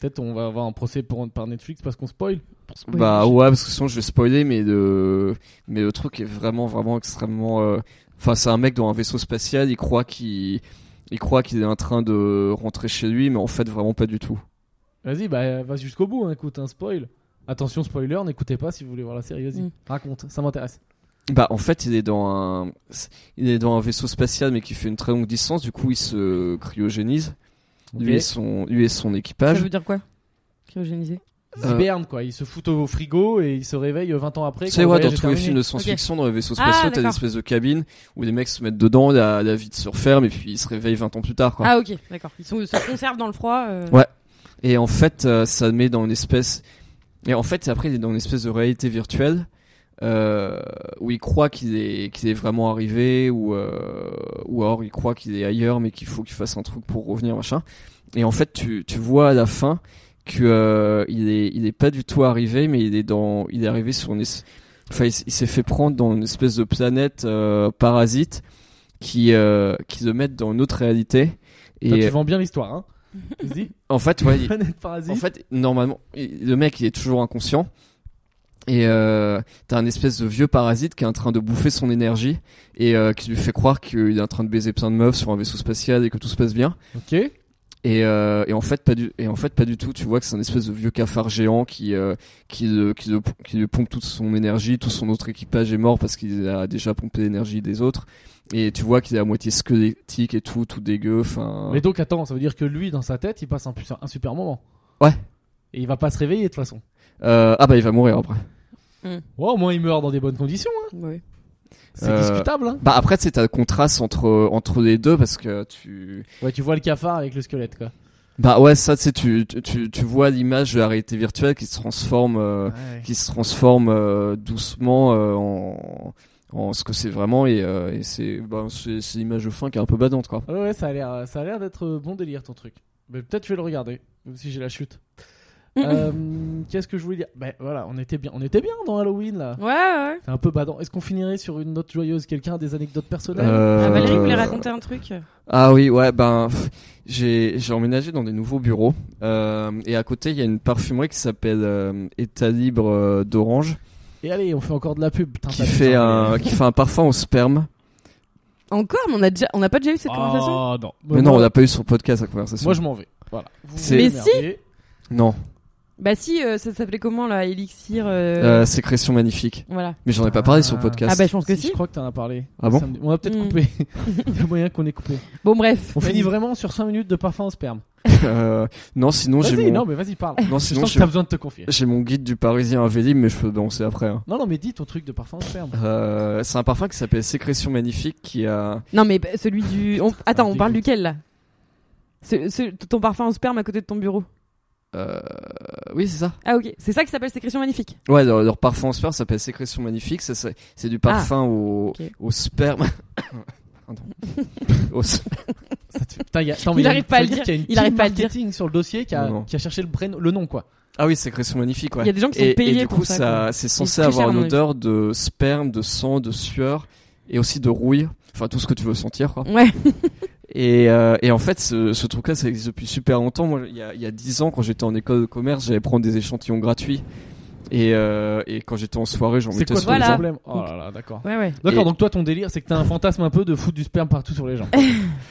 S1: Peut-être on va avoir un procès pour, par Netflix parce qu'on spoil.
S2: Oui,
S3: bah
S2: je-
S3: ouais, parce que sinon je vais spoiler, mais le, mais le truc est vraiment, vraiment extrêmement. euh, Enfin, c'est un mec dans un vaisseau spatial, il croit qu'il. Il croit qu'il est en train de rentrer chez lui, mais en fait, vraiment pas du tout.
S1: Vas-y, bah vas jusqu'au bout, hein, écoute un spoil. Attention spoiler, n'écoutez pas si vous voulez voir la série, vas-y.
S2: Mm.
S1: Raconte, ça m'intéresse.
S3: Bah, en fait, il est dans un. Il est dans un vaisseau spatial, mais qui fait une très longue distance, du coup, il se cryogénise. Lui, et son, lui et son
S2: Ça
S3: équipage.
S2: veut dire quoi Cryogénisé.
S3: Euh,
S1: Ils hibernent, quoi, ils se foutent au frigo et ils se réveillent 20 ans après.
S3: Tu
S1: quand
S3: sais,
S1: le
S3: ouais, dans
S1: voyage est
S3: tous les
S1: terminé.
S3: films de science-fiction, dans les vaisseaux
S2: Ah,
S3: spatiaux, t'as des
S2: d'accord.
S3: espèces de cabines où les mecs se mettent dedans, la, la vie se referme, et puis ils se réveillent 20 ans plus tard, quoi.
S2: Ah ok, d'accord. Ils sont, se conservent dans le froid. euh.
S3: Ouais. Et en fait, euh, ça met dans une espèce. Et en fait, après, il est dans une espèce de réalité virtuelle euh, où il croit qu'il est, qu'il est vraiment arrivé, ou, euh, ou alors il croit qu'il est ailleurs, mais qu'il faut qu'il fasse un truc pour revenir, machin. Et en fait, tu, tu vois à la fin que euh, il est, il est pas du tout arrivé, mais il est dans, il est arrivé sur une. es- Enfin, il, s- il s'est fait prendre dans une espèce de planète euh, parasite qui, euh, qui le met dans une autre réalité.
S1: Toi, tu
S3: Et
S1: vends bien l'histoire, hein. Vas-y,
S3: en fait, ouais, il-
S1: planète parasite.
S3: en fait, normalement, il- le mec, il est toujours inconscient. Et euh, t'as un espèce de vieux parasite qui est en train de bouffer son énergie et euh, qui lui fait croire qu'il est en train de baiser plein de meufs sur un vaisseau spatial et que tout se passe bien.
S1: ok.
S3: Et, euh, et en fait pas du et en fait pas du tout. Tu vois que c'est un espèce de vieux cafard géant qui euh, qui le- qui, le- qui lui pompe toute son énergie, tout son autre équipage est mort parce qu'il a déjà pompé l'énergie des autres. Et tu vois qu'il est à moitié squelettique et tout, tout dégueu. Enfin,
S1: Mais donc, attends, ça veut dire que lui, dans sa tête, il passe un, un super moment.
S3: Ouais.
S1: Et il va pas se réveiller de toute façon.
S3: euh, ah bah il va mourir après.
S1: Ouais, au moins il meurt dans des bonnes conditions. hein.
S2: Ouais.
S1: C'est
S3: Euh,
S1: discutable, hein.
S3: Bah après, c'est un contraste entre entre les deux parce que tu
S1: Ouais, tu vois le cafard avec le squelette, quoi.
S3: bah ouais ça tu sais, tu tu- tu tu vois l'image de la réalité virtuelle qui se transforme euh, qui se transforme euh, doucement euh, en en ce que c'est vraiment et, euh, et c'est bah, c'est c'est l'image de fin qui est un peu badante quoi.
S1: Ah Ouais, ouais, ça a l'air, ça a l'air d'être euh, bon délire ton truc. Mais peut-être je vais le regarder, même si j'ai la chute. Euh, Qu'est-ce que je voulais dire Ben voilà, on était bien, on était bien dans Halloween là.
S2: Ouais, ouais.
S1: C'est un peu badant. Est-ce qu'on finirait sur une note joyeuse Quelqu'un a des anecdotes personnelles
S3: Euh,
S2: Ah, Valérie voulait raconter un truc.
S3: Ah oui, ouais, ben pff, j'ai j'ai emménagé dans des nouveaux bureaux euh, et à côté il y a une parfumerie qui s'appelle euh, État Libre euh, d'Orange
S1: Et allez, on fait encore de la pub. Putain,
S3: qui
S1: ça-
S3: fait
S1: Ah, bah, ça-
S3: un qui fait un parfum au sperme.
S2: Encore, mais on a déjà, on a pas déjà eu cette conversation.
S1: Ah non.
S3: Mais non, on
S1: moi,
S3: l'a pas eu sur le podcast la conversation.
S1: moi, je m'en vais. Voilà. Vous
S3: C'est-
S1: vous
S2: Mais
S1: démerdez.
S3: Non,
S2: Bah si, euh, ça s'appelait comment là, Elixir. euh,
S3: euh, sécrétion magnifique.
S2: Voilà.
S3: Mais j'en ai pas parlé sur le
S2: Ah
S3: podcast. <laughs>
S2: bah je pense que
S1: Si,
S2: si.
S1: Je crois que t'en as parlé.
S3: Ah bon
S1: Samedi. On va peut-être
S2: Mm. <laughs>
S1: couper. Il y a moyen qu'on ait coupé.
S2: Bon bref.
S1: On
S2: Vas-y.
S1: finit vraiment sur 5 minutes de parfum au sperme.
S3: Euh, non, sinon j'ai
S1: Vas-y,
S3: mon...
S1: non, mais vas-y, parle.
S3: non,
S1: Je
S3: sinon
S1: sens que
S3: j'ai...
S1: t'as besoin de te confier.
S3: j'ai mon guide du Parisien à Vélib, mais je peux danser après. hein.
S1: Non, non, mais dis ton truc de parfum au sperme.
S3: Euh, c'est un parfum qui s'appelle Sécrétion magnifique qui a.
S2: Non mais bah, celui du. on- Attends, on
S1: dégoûte.
S2: parle duquel là Ce- ce- Ton parfum au sperme à côté de ton bureau.
S3: euh, Oui, c'est ça.
S2: Ah ok, c'est ça qui s'appelle sécrétion magnifique.
S3: Ouais, leur, leur parfum au sperme s'appelle Sécrétion magnifique. Ça, c'est, c'est du parfum au...
S2: Ah. ok.
S3: au
S2: <laughs>
S3: sperme. Pardon. Au sperme.
S1: Ça te fait- Putain, il y a- attends, mais
S2: Il
S1: y a-
S2: arrive pas à le
S1: ça veut
S2: dire.
S1: qu'il y a une
S2: Il
S1: team
S2: arrive pas à le dire.
S1: marketing sur le dossier qui a,
S3: Non, non.
S1: qui a cherché le, prénom- le nom, quoi.
S3: Ah oui, Sécrétion magnifique, ouais.
S2: Il y a des gens qui sont
S3: et,
S2: payés
S3: et du
S2: pour
S3: coup,
S2: ça,
S3: c'est censé
S2: très
S3: avoir
S2: cher, à
S3: une
S2: mon avis.
S3: odeur de sperme, de sang, de sueur et aussi de rouille. Enfin, tout ce que tu veux sentir, quoi.
S2: Ouais.
S3: Et, euh, et en fait, ce, ce truc-là, ça existe depuis super longtemps. Moi, il y a, il y a 10 ans, quand j'étais en école de commerce, j'allais prendre des échantillons gratuits. Et, euh, et quand j'étais en soirée, j'en
S1: C'est
S3: mettais
S1: quoi
S3: sur
S1: ton
S2: Voilà.
S3: les
S1: problème Oh là là, d'accord.
S2: Ouais, ouais.
S1: D'accord,
S3: Et-
S1: donc toi, ton délire, c'est que t'as un fantasme un peu de foutre du sperme partout sur les
S2: <laughs>
S1: gens.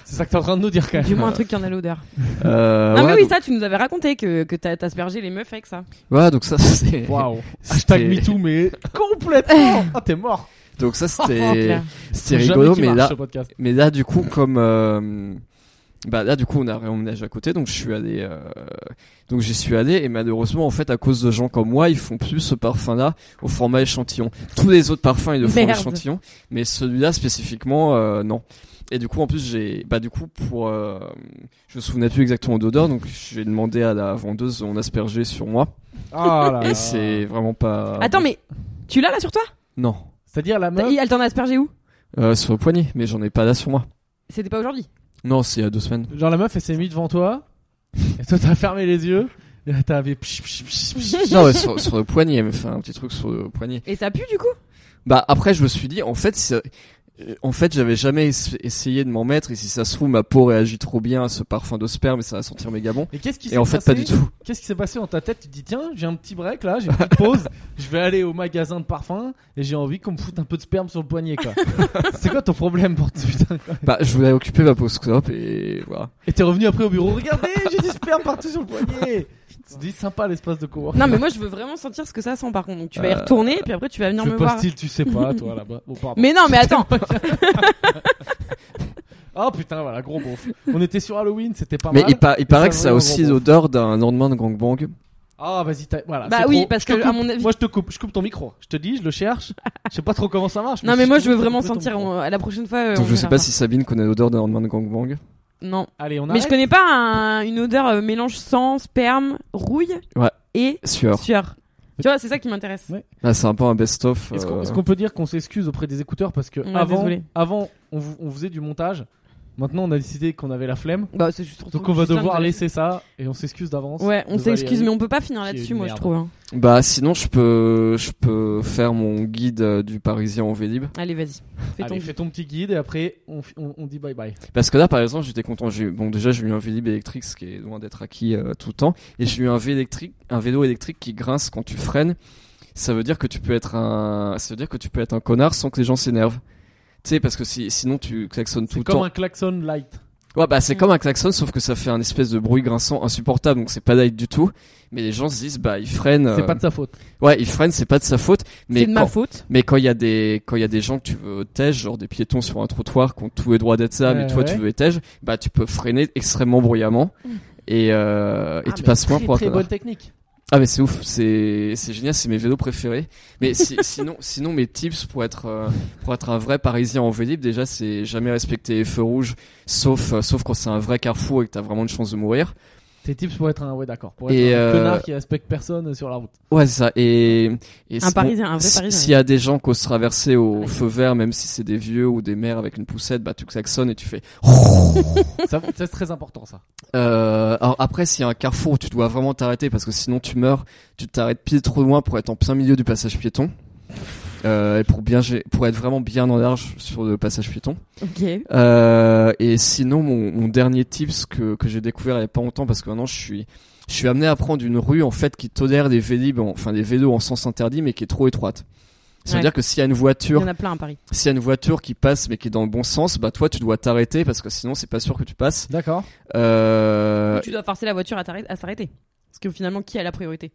S1: c'est ça que t'es en train de nous dire quand même.
S2: Du <laughs> moins un truc qui en a l'odeur.
S3: jambes. Euh,
S2: ah, mais
S3: voilà,
S2: oui,
S3: donc,
S2: ça, tu nous avais raconté que, que t'as aspergé les meufs avec ça.
S3: voilà, donc ça, c'est.
S1: Waouh.
S3: c'était-
S1: Hashtag MeToo, mais
S2: <laughs>
S1: complètement. Ah, t'es mort.
S3: <laughs> Donc ça,
S2: Oh,
S3: c'était.
S2: clair.
S3: c'était
S1: Jamais
S3: rigolo,
S1: qu'il
S3: mais
S1: marche,
S3: là,
S1: ce
S3: <laughs>
S1: podcast.
S3: Mais là, du coup, comme euh, bah là, du coup, on a réemménagé à côté, donc je suis allé, euh, donc j'y suis allé, et malheureusement, en fait, à cause de gens comme moi, ils font plus ce parfum-là au format échantillon. Tous les autres parfums, ils le font
S2: Merde.
S3: échantillon, mais celui-là spécifiquement, euh, non. Et du coup, en plus, j'ai, bah, du coup, pour, euh, je me souvenais plus exactement d'odeur, donc j'ai demandé à la vendeuse de mon asperger sur moi,
S1: Ah là là.
S3: et c'est vraiment pas.
S2: Attends, mais tu l'as là sur toi
S3: Non,
S1: C'est-à-dire la
S2: T'as-
S1: meuf.
S2: Elle t'en a aspergé où
S3: Euh, sur le poignet, mais j'en ai pas là sur moi.
S2: C'était pas aujourd'hui.
S3: Non, c'est il y a deux semaines.
S1: Genre la meuf elle s'est mise devant toi et toi t'as fermé les yeux et là, t'avais psh, psh, psh, psh.
S3: <laughs> non, ouais, sur, sur le poignet, elle me fait un petit truc sur le poignet.
S2: Et ça pue du coup
S3: Bah après je me suis dit en fait c'est- euh, en fait j'avais jamais es- essayé de m'en mettre et si ça se trouve ma peau réagit trop bien à ce parfum de sperme et ça va sentir méga bon.
S1: Et qu'est-ce qui s'est
S3: Et en fait
S1: passé
S3: pas du tout.
S1: Qu'est-ce qui s'est passé dans ta tête Tu te dis tiens j'ai un petit break là, j'ai une petite pause, je vais aller au magasin de parfum et j'ai envie qu'on me foute un peu de sperme sur le poignet quoi. c'est quoi ton problème pour putain quoi
S3: Bah je voulais occuper ma peau scope et voilà.
S1: Et t'es revenu après au bureau, regardez j'ai du sperme partout sur le poignet. Tu te dis sympa l'espace de coworking.
S2: Non, mais moi je veux vraiment sentir ce que ça sent par contre. Donc tu vas y
S3: Euh,
S2: retourner, puis après tu vas venir
S1: Tu
S2: me
S1: fais pas
S2: voir.
S1: style, tu sais pas
S2: <laughs>
S1: toi là-bas. Bon, pardon.
S2: Mais non, mais attends,
S1: Oh putain voilà gros beauf. On était sur Halloween, c'était pas
S3: Mais
S1: mal.
S3: il, pa- il paraît que ça a
S1: vraiment
S3: aussi
S1: bon.
S3: l'odeur d'un lendemain de gangbang.
S1: Ah vas-y t'as- voilà.
S2: bah
S1: c'est
S2: oui,
S1: trop-
S2: parce
S1: je te
S2: que
S1: coupe.
S2: à mon avis.
S1: Moi je te coupe, je coupe ton micro. Je te dis, je le cherche. Je sais pas trop comment ça
S2: <laughs>
S1: marche.
S2: Non, mais moi je veux
S1: coupe
S2: vraiment
S1: ton
S2: sentir.
S1: micro.
S2: on- À la prochaine fois. euh,
S3: Donc
S2: on
S3: je sais
S2: verra
S3: pas
S2: ça.
S3: si Sabine connaît l'odeur d'un lendemain de gangbang.
S2: Non.
S1: Allez, on
S2: Mais je
S1: arrête.
S2: connais pas un- une odeur euh, mélange sang, sperme, rouille
S3: Ouais.
S2: et
S3: Sueur.
S2: sueur. Tu vois, c'est ça qui m'intéresse.
S1: Ouais.
S3: Là c'est un peu un best-of.
S1: Est-ce qu'on
S3: euh,
S1: est-ce qu'on peut dire qu'on s'excuse auprès des écouteurs parce que
S2: Ouais,
S1: avant,
S2: désolé.
S1: avant on, vous- on faisait du montage. Maintenant, on a décidé qu'on avait la flemme,
S2: Bah, c'est juste
S1: donc on va devoir laisser ça et on s'excuse d'avance.
S2: Ouais, on
S1: Désolé,
S2: s'excuse,
S1: Yannick.
S2: mais on peut pas finir
S1: Qui est
S2: là-dessus,
S1: une
S2: moi je
S1: merde.
S2: trouve. hein.
S3: Bah sinon je peux je peux faire mon guide euh, du Parisien en Vélib.
S2: Allez, vas-y. Fais ton.
S1: Allez, fais ton petit guide et après on, fi- on- on dit bye bye.
S3: Parce que là, par exemple, j'étais content. J'ai eu- bon, déjà, j'ai eu un Vélib électrique, ce qui est loin d'être acquis euh, tout le temps. Et j'ai eu un, vé- électrique, un vélo électrique qui grince quand tu freines. Ça veut dire que tu peux être un, ça veut dire que tu peux être un connard sans que les gens s'énervent. Tu sais, parce que si, sinon tu klaxonnes tout
S1: C'est
S3: le
S1: comme
S3: temps.
S1: un klaxon light.
S3: Ouais, bah, c'est
S2: Mm.
S3: comme un klaxon, sauf que ça fait un espèce de bruit grinçant insupportable, donc c'est pas light du tout. Mais les gens se disent, bah, ils freinent.
S1: C'est
S3: euh,
S1: pas de sa faute.
S3: Ouais, ils freinent, c'est pas de sa faute. Mais
S2: C'est de ma
S3: quand-
S2: faute.
S3: mais quand il y a des quand il y a des gens que tu veux tège, genre des piétons sur un trottoir qui ont tous les droits d'être ça, mais
S1: Ouais,
S3: toi
S1: Euh, ouais. Mm.
S3: tu veux tège, bah tu peux freiner extrêmement bruyamment et euh, et
S1: Ah,
S3: tu
S1: mais
S3: passes moins
S1: très,
S3: pour un
S1: très
S3: connard.
S1: bonne technique.
S3: Ah mais c'est ouf, c'est c'est génial, c'est mes vélos préférés. Mais si- <laughs> sinon sinon mes tips pour être euh, pour être un vrai Parisien en vélib déjà c'est jamais respecter les feux rouges, sauf euh, sauf quand c'est un vrai carrefour et que t'as vraiment une chance de mourir.
S1: Tes tips pour être un ouais d'accord, pour être
S3: Et,
S1: un
S3: euh,
S1: connard qui respecte personne sur la route.
S3: Ouais c'est ça et, et
S2: Un
S3: sinon-
S2: parisien, un vrai
S3: Si-
S2: parisien.
S3: S'il y a des gens qui osent traverser au
S2: Ouais.
S3: feu vert, même si c'est des vieux ou des mères avec une poussette, bah tu klaxonnes et tu
S2: <laughs>
S3: fais.
S1: Ça- <laughs> ça, c'est très important ça.
S3: Euh, alors après, s'il y a un carrefour où tu dois vraiment t'arrêter parce que sinon tu meurs, tu t'arrêtes pile trop loin pour être en plein milieu du passage piéton. Euh, et pour bien, gé- pour être vraiment bien en large sur le passage piéton.
S2: Ok.
S3: Euh, et sinon, mon, mon dernier tips que, que j'ai découvert il y a pas longtemps, parce que maintenant je suis, je suis amené à prendre une rue en fait qui tolère des vélib, en- enfin des vélos en sens interdit, mais qui est trop étroite. Ça veut
S2: Ouais.
S3: dire que s'il y a une
S2: Il y
S3: voiture
S2: en a plein à Paris.
S3: s'il y a une voiture qui passe mais qui est dans le bon sens, bah toi tu dois t'arrêter parce que sinon c'est pas sûr que tu passes.
S1: D'accord.
S3: Euh...
S2: Tu dois forcer la voiture à t'arrêter- à s'arrêter. Parce que finalement, qui a la priorité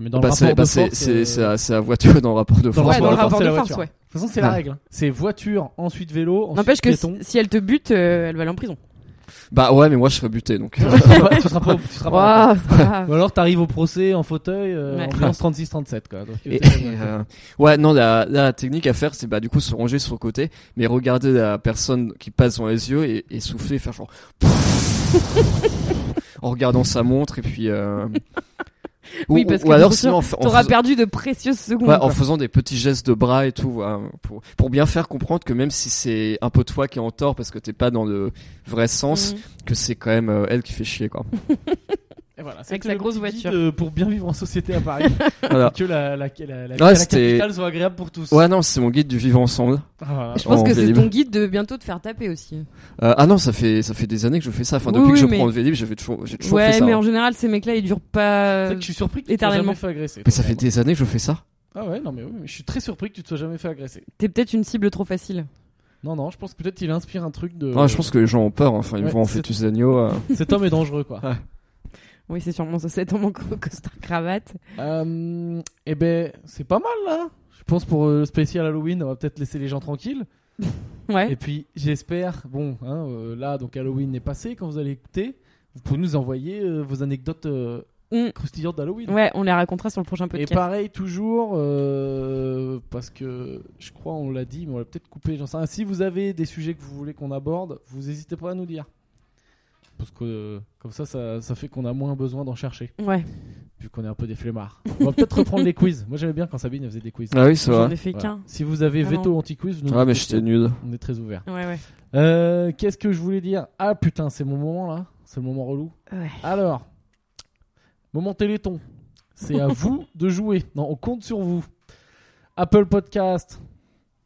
S1: Mais dans
S3: bah,
S1: le
S3: c'est
S1: rapport
S3: bah,
S1: de
S3: c'est-
S1: force,
S3: c'est-
S1: euh,
S3: c'est la c'est la voiture dans le rapport de
S1: Dans
S3: force.
S1: Ouais,
S2: Ouais, dans le
S1: rapport,
S2: rapport
S1: c'est
S2: de
S1: la
S2: force,
S1: voiture.
S2: ouais.
S1: De toute façon, c'est la
S3: Ah.
S1: règle. hein. C'est voiture, ensuite vélo, ensuite
S2: N'empêche que <laughs>
S1: piéton.
S2: si, si elle te bute, euh, elle va aller en prison.
S3: Bah ouais mais moi je serais
S1: <laughs>
S3: buté donc.
S1: tu seras pas- tu seras pas- tu seras pas-
S2: Waouh, c'est
S1: <laughs>
S2: grave.
S1: Ou alors t'arrives au procès en fauteuil, euh,
S2: Ouais.
S1: ambiance 36-37 quoi. Donc,
S3: Et-
S1: t'es-
S3: et, euh, ouais non la, la technique à faire c'est bah du coup se ranger sur le côté mais regarder la personne qui passe dans les yeux et, et souffler faire genre <laughs> en regardant sa montre et puis euh... ou,
S2: Oui, parce
S3: ou
S2: que
S3: alors
S2: bien sûr,
S3: sinon en fa- en
S2: T'auras
S3: faisant-
S2: perdu de précieuses secondes.
S3: Ouais, en
S2: Mmh, quoi.
S3: faisant des petits gestes de bras et tout, voilà, pour, pour bien faire comprendre que même si c'est un peu toi qui es en tort parce que t'es pas dans le vrai sens,
S2: Mhm.
S3: que c'est quand même euh, elle qui fait chier, quoi.
S1: Et <laughs> voilà,
S2: Avec
S1: c'était
S2: sa
S1: le
S2: grosse
S1: petit guide,
S2: voiture.
S1: euh, pour bien vivre en société à <laughs> Paris.
S3: Voilà.
S1: que la, la, la, la-
S3: Ouais,
S1: la
S3: c'était-
S1: capitale soit agréable pour tous.
S3: Ouais, non, c'est mon guide du vivre ensemble.
S1: Ah, voilà.
S2: Je pense
S3: En
S2: que c'est
S3: Vélib.
S2: ton guide de bientôt te faire taper aussi.
S3: Euh, ah non, ça fait, ça fait des années que je fais ça. Enfin,
S2: Oui,
S3: depuis
S2: oui,
S3: que je
S2: mais-
S3: prends le Vélib, j'avais toujours, j'ai toujours fait
S2: Ouais,
S3: ça.
S2: mais
S3: hein.
S2: en général, ces mecs-là, ils durent
S1: C'est
S2: pas.
S1: vrai que je suis surpris que tu te sois
S2: éternellement.
S1: jamais fait agresser.
S3: Mais ça fait
S1: toi,
S3: des années que je fais ça.
S1: quand même. Ah ouais, non mais oui, mais je suis très surpris que tu te sois jamais fait agresser.
S2: T'es peut-être une cible trop facile.
S1: Non non, je pense que peut-être il inspire un truc de.
S3: Ah, je pense que les gens ont peur. hein. Enfin, ils
S1: Ouais,
S3: vont en
S1: c'est-
S3: fœtus agneaux. euh.
S1: Cet homme est dangereux <laughs> quoi.
S2: Oui, c'est sûrement ça. C'est ton manque costard cravate.
S1: Euh, eh ben, c'est pas mal là. Je pense pour euh, le spécial Halloween, on va peut-être laisser les gens tranquilles.
S2: Ouais.
S1: Et puis j'espère, bon, hein, euh, là donc Halloween est passé quand vous allez écouter, vous pouvez nous envoyer euh, vos anecdotes euh,
S2: Mm.
S1: croustillantes d'Halloween.
S2: Ouais, on les racontera sur le prochain
S1: Et
S2: podcast.
S1: pareil toujours, euh, parce que je crois on l'a dit, mais on l'a peut-être coupé, j'en sais rien. Si vous avez des sujets que vous voulez qu'on aborde, vous n'hésitez pas à nous dire. Parce que euh, comme ça, ça, ça fait qu'on a moins besoin d'en chercher,
S2: Ouais,
S1: vu qu'on est un peu des flemmards. On va peut-être reprendre les quiz. Moi j'aimais bien quand Sabine elle faisait des quiz.
S3: Ah oui, c'est
S2: j'en
S3: vrai.
S2: ai fait
S1: Voilà.
S2: qu'un.
S1: Si vous avez
S2: Ah
S1: veto anti-quiz, vous nous
S3: Ah, mais
S1: dites,
S3: j'étais nude.
S1: on est très ouvert.
S2: Ouais, ouais.
S1: Euh, Qu'est-ce que je voulais dire Ah putain, c'est mon moment là, c'est le moment relou.
S2: Ouais.
S1: Alors, moment Téléthon, c'est
S2: <laughs>
S1: à vous de jouer. Non, on compte sur vous. Apple Podcast,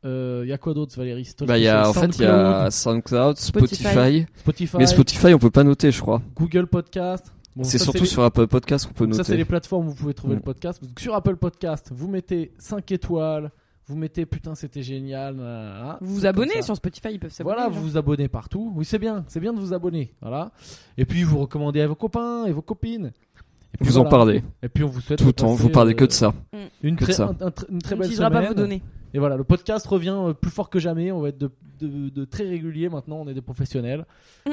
S1: il y a quoi d'autre, Valérie C'est toi
S3: Bah,
S1: qui
S3: il y a, en
S1: sais.
S3: fait, il y a SoundCloud, Spotify.
S2: Spotify.
S1: Spotify,
S3: Mais Spotify, on peut pas noter, je crois.
S1: Google Podcast. Bon,
S3: c'est
S1: ça,
S3: surtout
S1: les-
S3: sur Apple Podcast qu'on peut
S1: Ça, c'est les
S3: noter.
S1: plateformes où vous pouvez trouver
S3: Mm.
S1: le podcast. Donc, sur Apple Podcast, vous mettez 5 étoiles, vous mettez putain, c'était génial. nanana, nanana.
S2: Vous
S1: C'est
S2: vous
S1: comme
S2: abonnez
S1: ça.
S2: sur Spotify, ils peuvent s'abonner. hein.
S1: Voilà,
S2: les gens.
S1: vous vous abonnez partout. Oui, c'est bien, c'est bien de vous abonner. Voilà. Et puis vous recommandez à vos copains et vos copines. Et puis
S3: Vous
S1: voilà.
S3: en parlez
S1: Et puis on vous souhaite
S3: tout
S1: de
S3: le temps.
S1: passer,
S3: Vous parlez
S1: euh,
S3: que de ça.
S1: Une,
S3: que de
S1: très,
S3: ça.
S1: un- un tr- une très belle
S2: On n'utilisera
S1: semaine.
S2: pas vos données.
S1: Et voilà, le podcast revient euh, plus fort que jamais. On va être de, de- de très réguliers maintenant. On est des professionnels.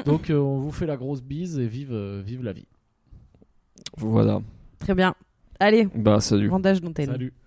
S1: Donc euh, on vous fait la grosse bise et vive, euh, vive la vie.
S3: Voilà.
S2: Très bien. Allez,
S3: Bah, salut.
S2: vendage d'antenne.
S1: Salut.